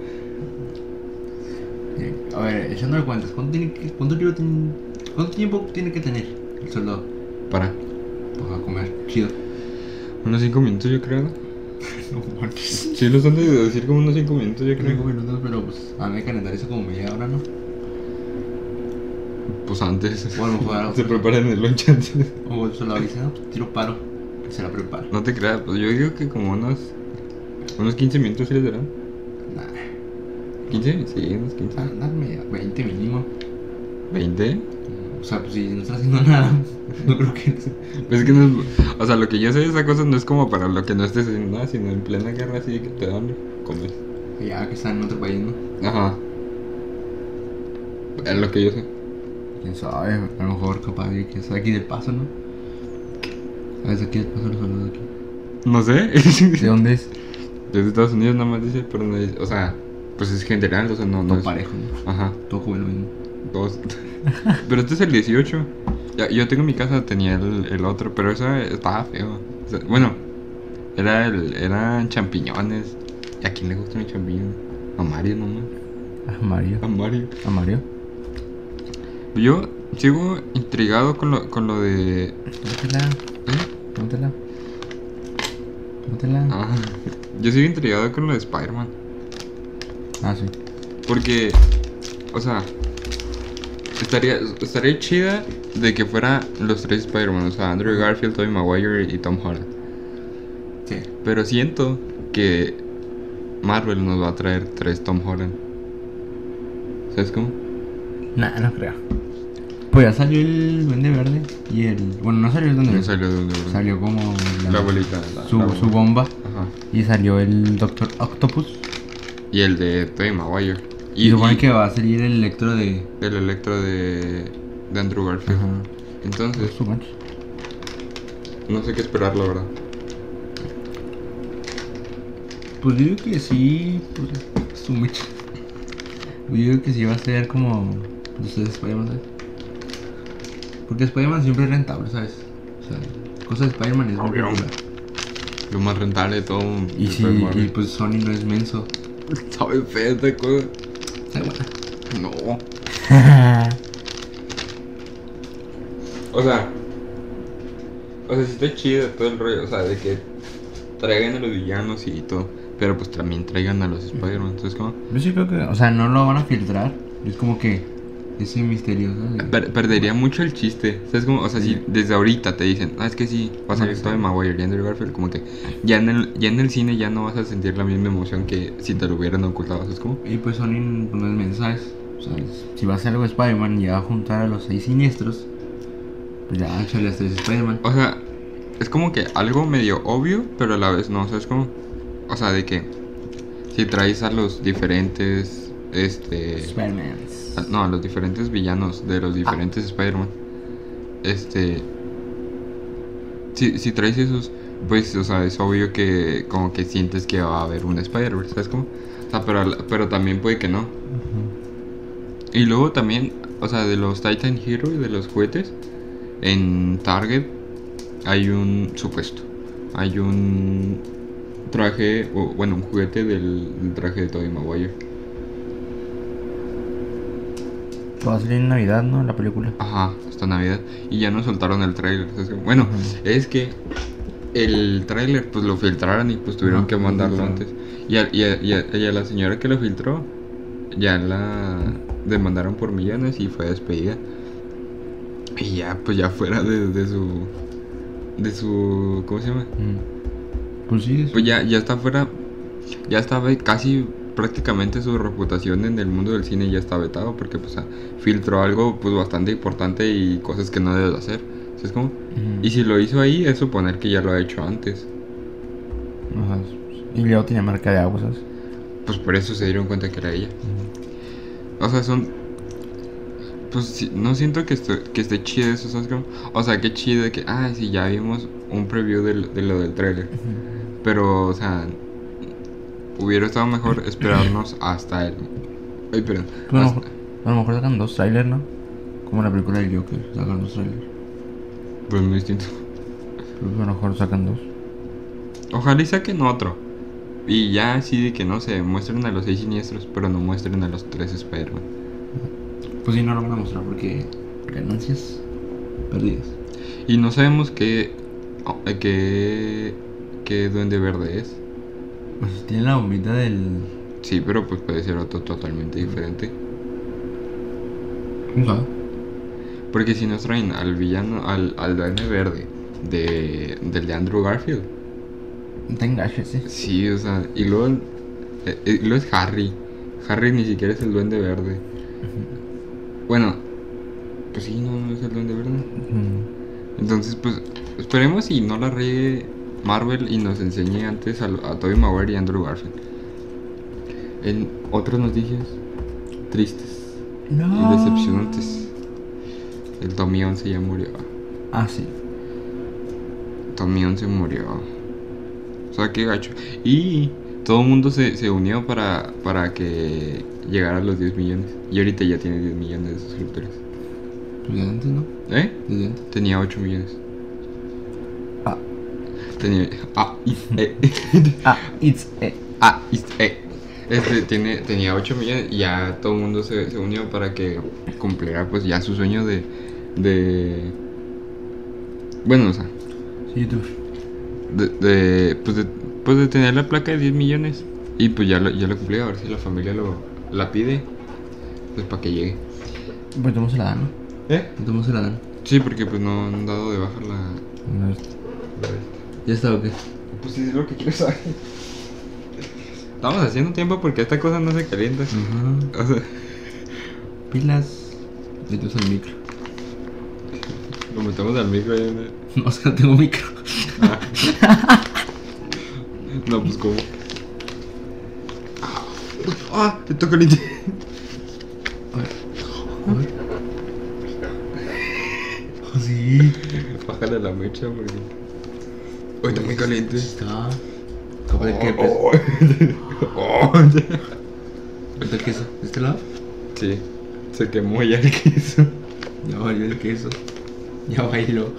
Sí. A ver, echándole cuentas, ¿cuánto, tiene que- cuánto, tiempo tiene, ¿cuánto tiempo tiene que tener el soldado
Para.
para comer? Chido.
Unos 5 minutos yo creo. ¿no?
No manches.
Sí, los han de decir como unos 5 minutos yo
Cinco
creo.
minutos, pero pues a mí calentar eso como media hora, ¿no?
Pues antes.
O a lo mejor
Se preparan el lunch antes.
O el soldado dice, no, tiro paro. y Se la prepara.
No te creas, pues yo digo que como unos. Unos 15 minutos sí les darán.
Nah,
¿15? Sí, unos 15.
andar media, 20 mínimo.
¿20?
Mm, sea, pues si no está haciendo nada, no creo que.
Es que no es- o sea, lo que yo sé de esa cosa no es como para lo que no estés haciendo nada, sino en plena guerra así de que te dan comer.
Ya que está en otro país, ¿no?
Ajá. Es lo que yo sé.
Quién sabe, a lo mejor capaz de que sea aquí del paso, ¿no? A ver, aquí del paso los saludos aquí.
No sé.
¿De dónde es?
Desde Estados Unidos nada más dice, pero no dice, o sea, pues es general, o sea, no, no
Todo
es-
parejo, ¿no?
Ajá,
Todo como lo mismo.
dos. pero este es el 18. Ya, yo tengo en mi casa, tenía el, el otro, pero esa estaba feo. O sea, bueno, era el, eran champiñones. ¿Y a quién le gustan los champiñones? A Mario nomás.
A Mario.
A Mario.
A Mario.
Yo sigo intrigado con lo, con lo de...
Tómatela,
¿eh?
tómatela. Tómatela. Ah.
Ah, yo sigo intrigado con lo de Spider-Man.
ah, sí.
Porque, o sea, estaría, estaría chida de que fuera los tres Spider-Man, o sea, Andrew Garfield, Tobey Maguire y Tom Holland.
Sí.
Pero siento que Marvel nos va a traer tres Tom Holland. ¿Sabes cómo?
Nah, no creo. Pues ya salió el Duende Verde y el. Bueno, no salió el Duende
No
Verde.
salió de donde
Salió como. La,
La abuelita. la-
Su,
la
su
abuela.
bomba.
Ajá.
Y salió el Doctor Octopus.
Y el de Tobey Maguire.
Y,
Y,
supone
y
que va a salir el electro de.
el electro de, de Andrew Garfield.
Ajá.
Entonces,
Su mancha.
no sé qué esperar, la verdad.
Pues yo digo que sí. Pues, su mecha. Yo digo que sí va a ser como. No sé, Spider-Man, ¿sabes? Porque Spider-Man siempre es rentable, ¿sabes? O sea, cosa de Spider-Man es muy
Obvio.
popular.
Lo más rentable de todo.
Y,
de
sí,
Tobey Maguire.
y pues Sony no es menso.
Sabe fea esta cosa.
Está buena.
No. O sea. O sea, sí está chido todo el rollo. O sea, de que traigan a los villanos y todo. Pero pues también traigan a los Spider-Man. Entonces, como.
Yo sí creo que, o sea, no lo van a filtrar. Es como que ese misterio, ¿sabes?
per- perdería mucho el chiste. ¿Sabes cómo? O sea, si desde ahorita te dicen, ah, es que sí, va a salir todo de Maguire y Andrew Garfield, como que ya en, el, ya en el cine ya no vas a sentir la misma emoción que si te lo hubieran ocultado. ¿Sabes cómo?
Y pues Sony no es mensajes. O sea, es- si va a ser algo de Spider-Man y va a juntar a los seis siniestros, pues ya échale a tres Spider-Man.
O sea, es como que algo medio obvio, pero a la vez no, o sea, es como... O sea, de que si traes a los diferentes, este...
Spider-Man.
a- No, a los diferentes villanos de los diferentes Spider-Man, este... Si, si traes esos, pues, o sea, es obvio que como que sientes que va a haber un Spider-Verse, ¿sabes cómo? O sea, pero, a la- pero también puede que no. Y luego también, o sea, de los Titan Hero y de los juguetes, en Target hay un supuesto, hay un traje, o, bueno, un juguete del, del traje de Tobey Maguire.
Va a salir en Navidad, ¿no? La película.
Ajá, hasta Navidad. Y ya no soltaron el tráiler. es que- Bueno, es que el tráiler pues lo filtraron y pues tuvieron
Ajá,
que
lo
mandarlo
filtraron.
antes. Y a, y a- y a- y a la señora que lo filtró, ya la demandaron por millones y fue despedida. Y ya, pues ya fuera de, de su... De su... ¿Cómo se llama?
Pues sí, es-
Pues ya, ya está fuera... Ya estaba casi prácticamente su reputación en el mundo del cine ya está vetado porque pues ah, filtró algo pues bastante importante y cosas que no debes hacer. ¿Sabes cómo?
Ujú.
Y si lo hizo ahí es suponer que ya lo ha hecho antes.
Ajá. Y luego tenía marca de agua, ¿sabes?
Pues por eso se dieron cuenta que era ella.
Pues,
O sea, son... Pues sí, no siento que, esto- que esté chido eso, ¿sabes cómo? O sea, qué chido de que, ah, sí, ya vimos un preview del- de lo del trailer. Pero, o sea, hubiera estado mejor esperarnos hasta el. Ay, perdón.
Pero a lo
hasta-
mejor- a lo mejor sacan dos trailers, ¿no? Como la película del Joker, sacan dos trailers.
Pues muy distinto.
Pero pues a lo mejor sacan dos.
Ojalá y saquen otro. Y ya así de que no se muestren a los seis siniestros, pero no muestren a los tres Spider-Man.
Pues sí, no lo van a mostrar porque ganancias perdidas.
Y no sabemos qué. oh, eh, qué. qué duende verde es.
Pues tiene la bombita del.
Sí, pero pues puede ser otro totalmente diferente.
¿Cómo sabe?
Porque si nos traen al villano, al, al duende verde de, del de Andrew Garfield,
No te engañes, eh.
Sí, o sea, y luego, eh, eh, y luego es Harry. Harry ni siquiera es el duende verde. Bueno, pues sí, no, no es el Duende Verde.
Mm.
Entonces, pues, esperemos y no la riegue Marvel y nos enseñe antes a, a Tobey Maguire y Andrew Garfield. En otras noticias tristes
No.
y decepcionantes, el Tommy 11 ya murió.
Ah, sí.
Tommy 11 murió. O sea, qué gacho. Y todo el mundo se, se unió para, para que llegara a los 10 millones. Y ahorita ya tiene 10 millones de suscriptores.
Desde Pues antes, ¿no?
¿Eh?
Desde antes.
Tenía 8 millones.
Ah.
Tenía. Ah, y, eh.
Ah, it's eh.
ah, y, eh. Este tiene, tenía 8 millones y ya todo el mundo se, se unió para que cumpliera pues ya su sueño de. de. Bueno, o sea,
YouTube.
de, de- pues, de, pues de tener la placa de 10 millones. Y pues ya lo, ya lo cumplí, a ver si la familia lo, la pide. Pues para que llegue.
Pues tomo se la dan, ¿no?
¿Eh?
Tomo se la dan.
Sí, porque pues no han dado de baja la.
A ver. ¿Ya está o qué?
Pues si es lo que quiero saber. Estamos haciendo tiempo porque esta cosa no se calienta.
Ajá.
O sea,
Pilas. Metes al micro.
lo metemos al micro ahí en el-
No, es que no tengo micro.
No, pues como. ¡Ah! Te toca el
A ver. A ver. Ah, Sí.
Bájale la mecha porque. Hoy está muy caliente.
Está. Capaz de que
Oh, oh.
¿Este queso? ¿De este lado?
Sí, se quemó ya el queso.
Ya valió el queso. Ya bailó.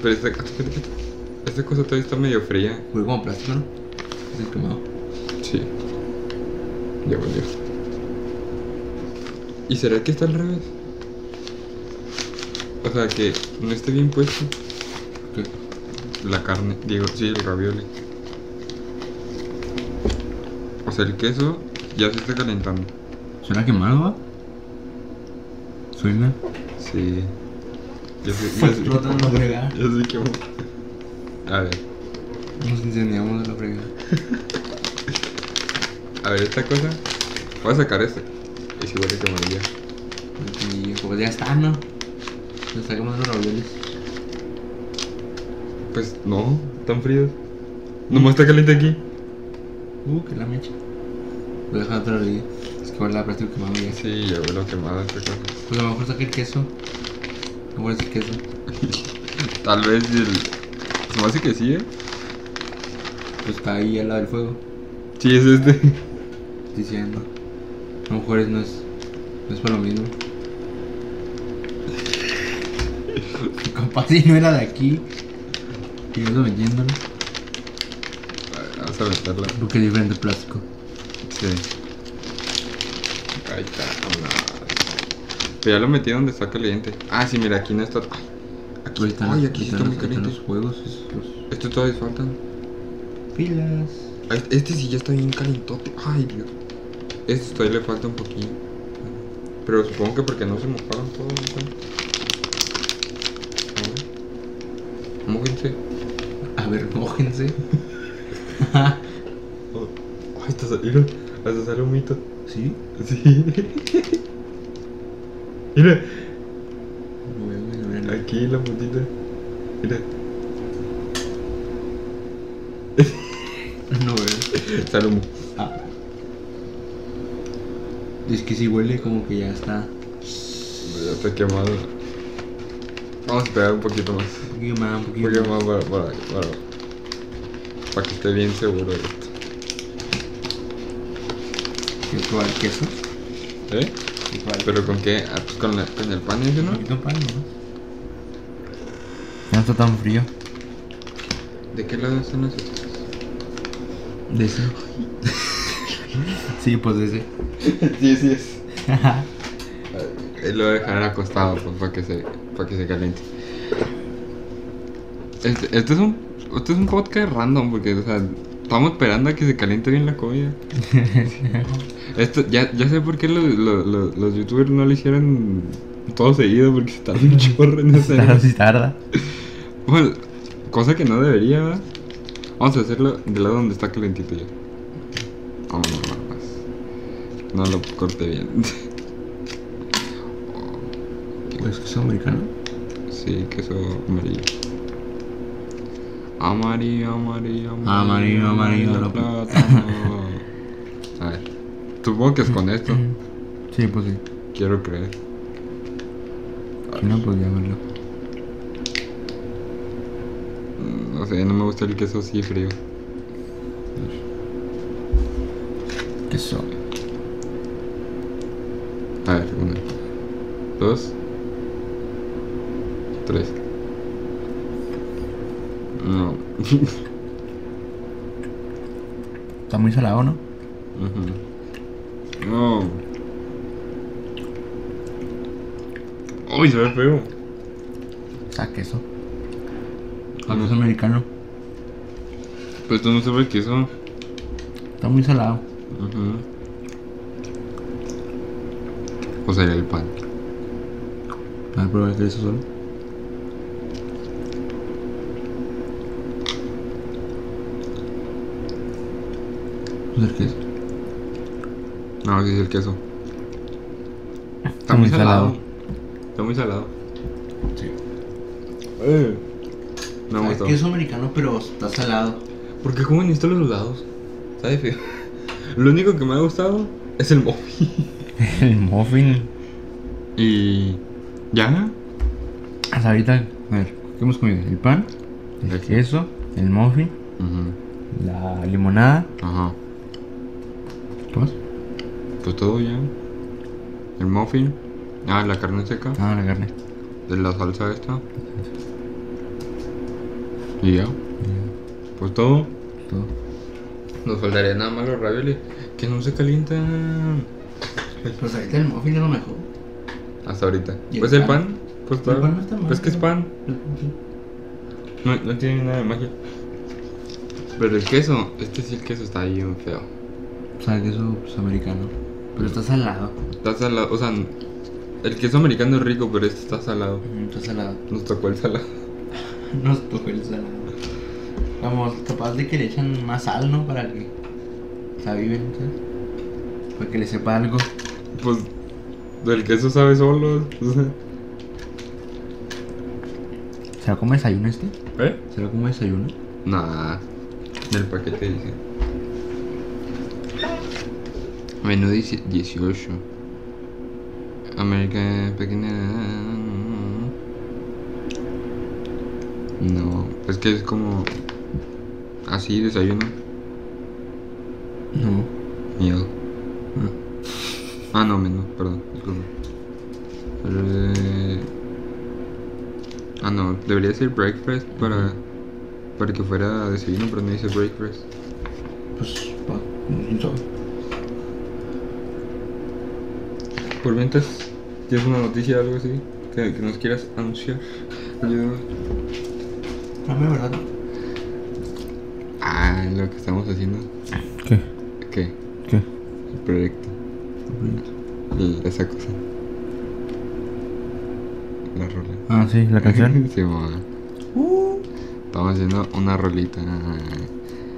Pero esta, esta cosa todavía está medio fría.
Fue como plástico, ¿no? Es el quemado.
Sí. Ya volvió. ¿Y será que está al revés? O sea, que no esté bien puesto
¿Qué?
la carne. Digo, sí, el ravioli. O sea, el queso ya se está calentando.
¿Suena quemado, va? ¿Suena?
Sí. Ya se, ya se,
Explotando la fregada.
ya se quemó. A ver.
Nos incendiamos de la fregada.
A ver, esta cosa. Voy a sacar este. esta. Es igual que amarilla.
Y pues ya está, ¿no? Se está quemando los ravioles.
Pues no, están fríos. Nomás está caliente aquí.
Uh, que la mecha. Voy a dejar otra orilla. Es que vale la plástico quemado ya.
Sí, ya huele a quemada esta cosa.
Pues a lo mejor saqué el queso. No voy a decir queso.
Tal vez el. Se me hace que sí, ¿eh?
Pues está ahí al lado del fuego.
Sí, es este.
Diciendo. A lo mejor es- no es. No es para lo mismo. Capaz si no era de aquí. Y yo vendiéndolo.
A ver, vamos a aventarla.
Porque es diferente plástico.
Sí. Ahí está, vámonos. Pero ya lo metí donde está caliente. Ah, sí, mira, aquí no está. Ay, aquí,
Ahí están,
ay,
ahí
aquí sí
están
está muy
los, ahí están
caliente.
los juegos, esos, los
Estos todavía faltan.
pilas.
Ah, Este este sí ya está bien calentote. Ay, Dios. Este todavía le falta un poquito. Pero supongo que porque no se mojaron todos. ¿no? A ver. Mójense.
A ver, mójense.
Oh. Ay, hasta salió, hasta sale un mito.
¿Sí?
Sí. Mira,
No veo, güey, no veo nada.
aquí la puntita. Mira,
No veo.
sale humo.
Ah. Es que si huele como que ya está
Ya está quemado. Vamos a esperar un poquito más.
un poquillo más, un
Un
poquillo
poquito
más.
más para, para, para, para que esté bien seguro de esto.
¿Quieres probar el queso?
¿Eh?
¿Quieres probar el
¿Pero con qué? Ah, pues con, la- con el pan ese,
Un
¿no?
poquito pan, ¿no? Ya no está tan frío.
¿De qué lado están los estos?
De ese. sí, pues de ese.
sí, sí es. Eh, Lo voy a dejar acostado, pues, para que se, para que se caliente. Este, este es un, este es un podcast random, porque, o sea, estamos esperando a que se caliente bien la comida. Esto, ya, ya sé por qué los, los, los- los youtubers no lo hicieron todo seguido, porque se tarda un chorro en hacer
Tarda si tarda.
Bueno, Pues, cosa que no debería, ¿verdad? Vamos a hacerlo del lado donde está calentito ya. Vamos, pues, no, no, no, no lo corté bien.
Pues ¿Es queso americano?
Sí, queso amarillo. Amarillo, amarillo,
Amarillo, amarillo, la pu-
plátano. A ver, supongo que es con esto.
Sí, pues sí.
Quiero creer.
Si no, pues ya verlo.
Mm, No sé, no me gusta el queso así frío.
Queso.
A ver, una, dos, tres. No.
Está muy salado, ¿no?
Ujú. No. Uy, se ve feo.
O sea, queso. A queso Ah, americano.
Pues esto no sabe el queso.
Está muy salado.
Ujú. O sea, el pan.
A ver, prueba el queso solo. Pues el queso.
No, sí es el queso.
Está muy salado.
Está muy salado.
Sí.
Eh. No me gustó.
queso americano, pero está salado.
¿Por qué comen esto los lados? Está de feo. Lo único que me ha gustado es el móvil.
El muffin.
Y. ¿Ya?
Hasta ahorita, a ver, ¿qué hemos comido? El pan, el
El
queso, el muffin,
Ujú.
la limonada.
Ajá.
¿Qué más?
Pues todo ya. El muffin. Ah, la carne seca.
Ah, la carne.
De la salsa esta. Y ya. Pues todo.
Todo.
Nos faltaría nada más los ravioles. Que no se calientan.
Pues ahorita el muffin es lo mejor.
Hasta ahorita.
¿Y el
Pues el
pan?
pan. Pues
El
todo.
pan no está mal,
Pues que es
¿no?
pan. No, no tiene nada de magia. Pero el queso, este sí el queso está bien feo.
O sea, el queso pues, americano. Pero está salado.
Está salado, o sea, el queso americano es rico, pero este está salado.
Mm, Está salado.
Nos tocó el salado.
Nos tocó el salado. Vamos, capaz de que le echan más sal, ¿no? Para que se aviven, ¿sabes? Para que le sepa algo.
Pues el queso sabe solo. o sea.
¿Será como desayuno este?
¿Eh?
¿Será como desayuno?
Nah, del paquete dice. Menú dice 18. América pequeña. No, es que es como así desayuno.
No.
Miedo. Ah, no, menú, perdón, disculpa. Eh, Ah, no, debería ser breakfast para, para que fuera desayuno, pero no dice breakfast.
Pues, pa, no sabe.
Por mientras, ¿tienes una noticia o algo así que, que nos quieras anunciar? Yo...
Dame verdad.
Ah, lo que estamos haciendo.
¿Qué?
¿Qué?
¿Qué?
El proyecto. el- esa cosa. La rola.
Ah, sí, la canción.
Sí, mamá. Estamos haciendo una rolita.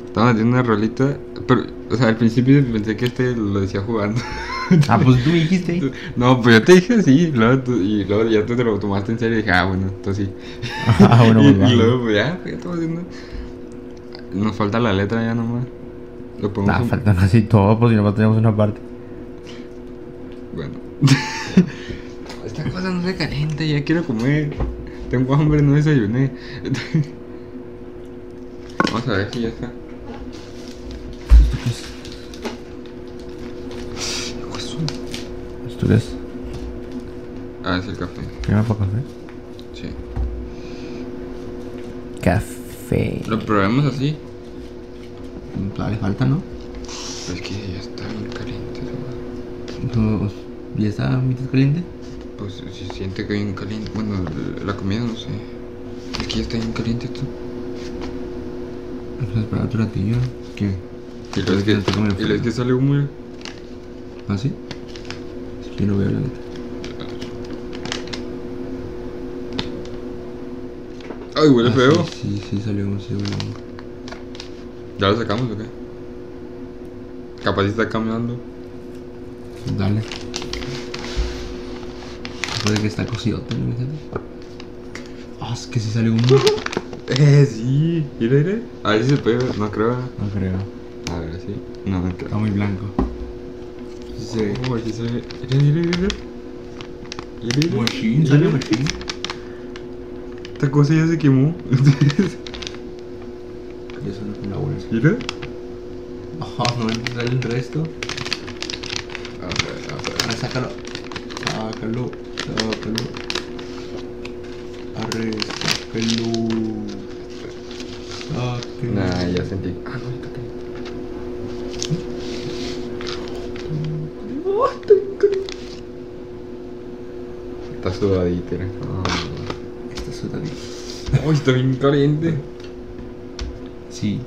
Estamos haciendo una rolita. Pero, o sea, al principio pensé que este lo decía jugando.
ah, pues tú dijiste.
No, pues yo te dije así. Luego tú- y luego ya tú te lo tomaste en serio y dije, ah, bueno, entonces sí.
ah, bueno,
y,
pues
y
va.
luego, pues, ya, ya estamos haciendo. Nos falta la letra ya nomás. Lo podemos.
Nah, faltan casi todo, pues si nomás tenemos una parte.
Bueno. Esta cosa no se calienta, ya quiero comer. Tengo hambre, no desayuné. Vamos a ver si ya está. Hijo de su-
Pues, ¿Tú eres?
Ah, es el café.
¿Primero para café?
Sí.
Café.
Lo probamos así.
Todavía falta, ¿no?
Pero es que ya está bien caliente. esa madre.
Pues, ¿Ya está mitad caliente?
Pues se siente que bien caliente. Bueno, la comida no sé. Es que ya está bien caliente esto.
Vamos a esperar Pues, otro ratillo. ¿Qué?
Y lo es que,
Ya está como el
y lo es que sale humo.
¿Ah, sí? Es que no veo la neta.
Ay, huele
Ah,
feo.
Sí, sí, sí, salió un sí, huele.
¿Ya lo sacamos o qué? Capaz está cambiando.
Dale. Parece que está cocido también, fíjate. Ah, es que sí salió uno.
Eh, sí. Mira, mira. A ver si Ah, se puede ver. No creo.
No creo.
A ver, sí. No, no creo.
Está muy blanco.
Sí se ve. Oh, sí se ve. Mira, mira, mira. Mira, mira.
Machine,
Mira,
sale
mira.
machine.
Esta cosa ya se quemó.
Y eso no es una bolsa.
mira.
Ajá, Ah, no sale el resto.
A ver, a ver.
Ahora sácalo. Sácalo. Sácalo. Arre, sácalo. Sácalo.
Nah, ya sentí.
Ah, no, está acá.
Está sudadita. mira.
Está sudadito.
Ay, está bien caliente.
Sí.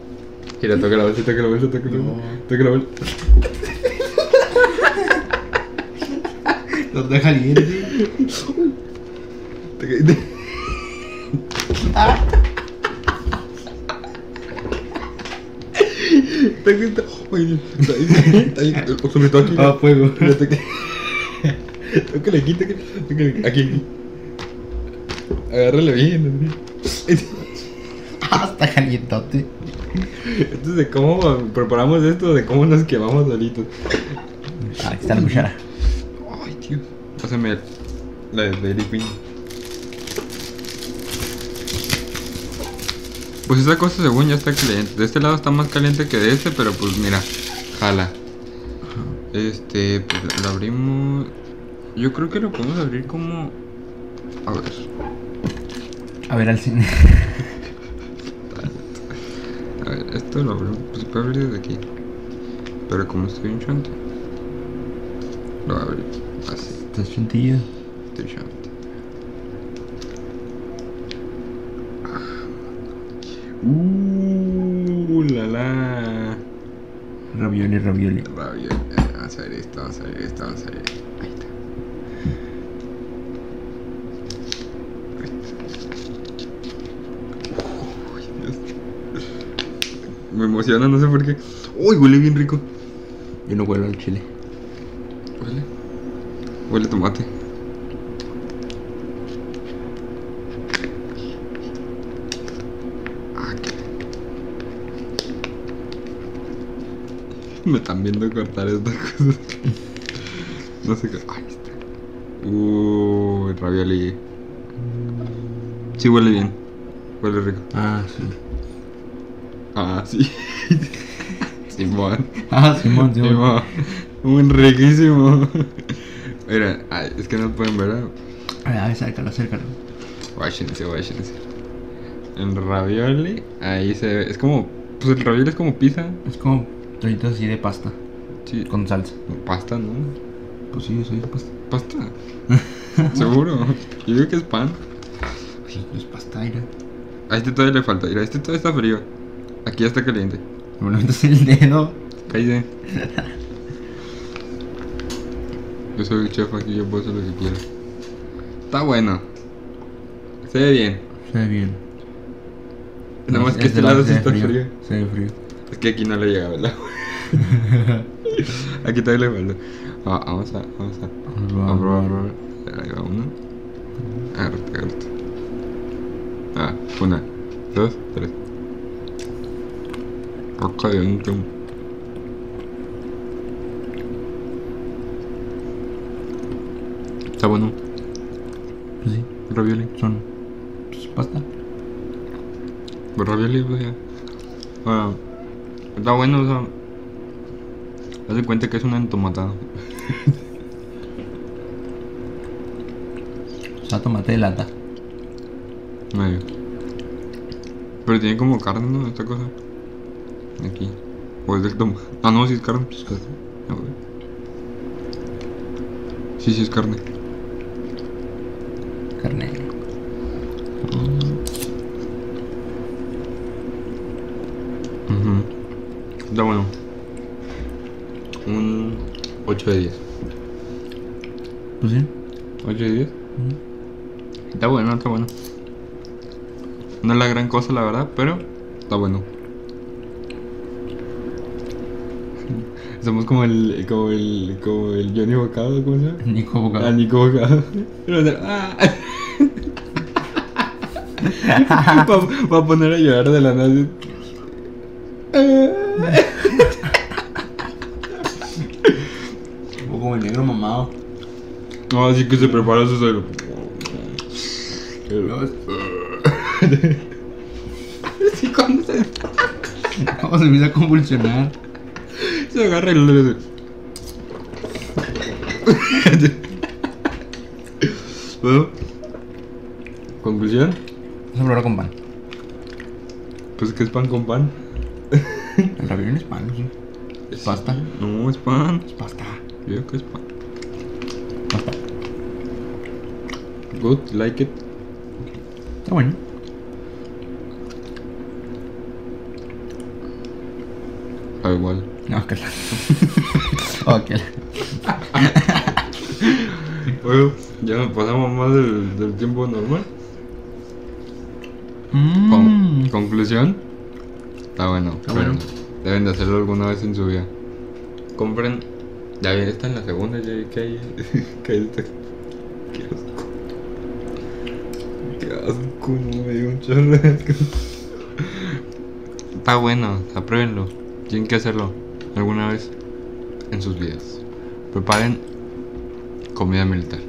Mira, toca la bolsa, toca la bolsa, toca la
No.
bolsa. Toca la bolsa.
Los deja caliente.
Toca- toca- Toca esta- Ay, está bien- está bien- sobre todo aquí.
Ah, fuego.
Mira, toca- Tócale aquí, tócale, tócale aquí, aquí, aquí. Agárrala bien. así.
Ah, está calientote.
Esto es de cómo preparamos esto, de cómo nos quemamos solitos.
Ah, aquí está la cuchara.
Ay, tío. Pásame la de Dairy Queen. Pues esa cosa según ya está caliente. De este lado está más caliente que de este, pero pues mira, jala. Este, pues la abrimos. Yo creo que lo podemos abrir como. A ver.
A ver al cine.
A ver, esto lo abrimos. Pues se puede abrir desde aquí. Pero como estoy en chante, lo voy a abrir así.
Estás chantillo.
Estoy chante. Uh, la la.
Ravioli, ravioli.
Rabia. Eh, Vamos a ver esto, vamos a ver esto, vamos a ver. Ahí está. Uy, Dios. Me emociona, no sé por qué. Uy, huele bien rico.
Yo no huelo al chile.
Huele. Huele a tomate. Ah, qué- Me están viendo cortar estas cosas. No sé qué. Ahí está. Uy, ravioli. Sí, huele bien. Huele rico.
Ah, sí.
Ah, sí. Simón.
Ah, Simón, Simón.
Simón. Un riquísimo. Mira, ay, es que no pueden ver. ¿verdad?
A ver, a ver, acércalo, acércalo.
Váyanse, váyanse. En ravioli, ahí se ve. Es como. Pues el ravioli es como pizza.
Es como trocitos así de pasta.
Sí.
Con salsa.
Pasta, ¿no?
Pues sí, eso es pasta.
Pasta. Seguro. Yo digo que es pan.
Sí, es Pues, pasta, mira.
A este todavía le falta. Mira, este todavía está frío. Aquí ya está caliente.
Me levantas el dedo.
Cállate. Yo soy el chef aquí, yo puedo hacer lo que quiera. Está bueno. Se ve bien.
Se ve bien.
Nada más que este
de la-
lado
se
sí
ve
está frío.
Se ve frío.
Es que aquí no le llegaba el agua. Aquí todavía le falta. Ah, vamos a, vamos a.
Pues
A probar, a probar. Ahí va uno. Agarra, agarra. Ah, una, dos, tres. Acá de un chum. Está bueno,
Pues sí,
ravioli.
son. pues, pasta.
Ravioli, pues ya. Ah, está bueno, o sea. Haz de cuenta que es una entomatada.
O sea, tomate de lata.
Medio. Pero tiene como carne, ¿no? Esta cosa. Aquí. O es del tomate. Ah, no, sí es carne.
Pues, co-
A ver. Sí, sí es carne.
carne.
Ujú. Está bueno. Un 8 de 10.
Pues sí.
8 de 10.
Mm.
Está bueno, está bueno. No es la gran cosa, la verdad, pero está bueno. Somos como el, como el, como el Johnny Bocado, ¿cómo se llama?
Nico
Ah,
Bogado.
Nico Bocado. Pero, o sea, ah. Va a poner a llorar de la nada. así.
O como el negro mamado.
No, así que se prepara su suelo.
No, es-
Sí, cuando se,
Vamos se empieza a convulsionar.
se agarra el dedo. Bueno, conclusión:
Vamos a probar con pan.
pues que es pan con pan.
El ravioli no es pan, sí.
Es
pasta.
No, es pan.
Es pasta.
Yo digo que es pan. Good, like it.
Está bueno.
Ah, igual.
No, que la. Oh, ok.
Bueno, ya nos pasamos más del, del tiempo normal. Con-
Mmm.
Conclusión. Está bueno.
Está
pero
bueno.
Deben de hacerlo alguna vez en su vida. Compren. Ya bien, está en la segunda. Ya vi que hay. que hay esta- Qué asco. Qué asco. no me dio un chorro de asco. Está bueno. Apruébenlo. Tienen que hacerlo alguna vez en sus vidas. Preparen comida militar.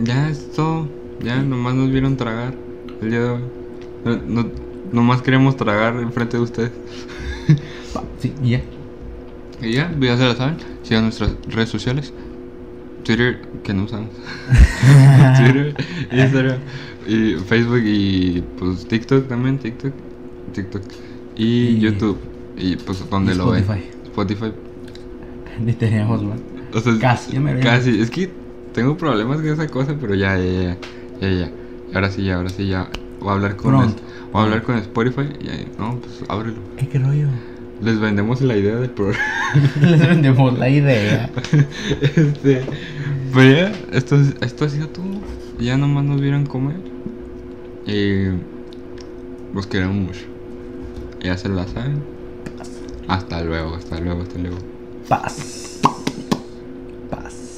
Ya es todo. Ya nomás nos vieron tragar el día de hoy. No, no- nomás queremos tragar enfrente de ustedes.
Sí, y ya.
Y ya, ya se la saben. Sigan nuestras redes sociales. Twitter, que no usamos. Twitter, Instagram, y Facebook y pues TikTok también, TikTok. TikTok. Y,
Y-
YouTube. Y pues donde
y
lo ven.
Spotify.
Spotify.
Ni tenemos, güey.
O sea,
Casi, ya me veo.
Casi, es que tengo problemas con esa cosa, pero ya, ya, ya, ya, ya. Ahora sí, ya, ahora sí, ya. Voy a hablar con,
Pronto.
es- voy a hablar con Spotify. y ahí, no, pues ábrelo.
Eh, qué rollo.
Les vendemos la idea del programa.
Les vendemos la idea.
este, pero ya, esto, es- esto ha sido todo. Ya nomás nos vieron comer. Y los queremos mucho. Ya se la saben. Hasta luego, hasta luego, hasta luego.
Paz. Paz.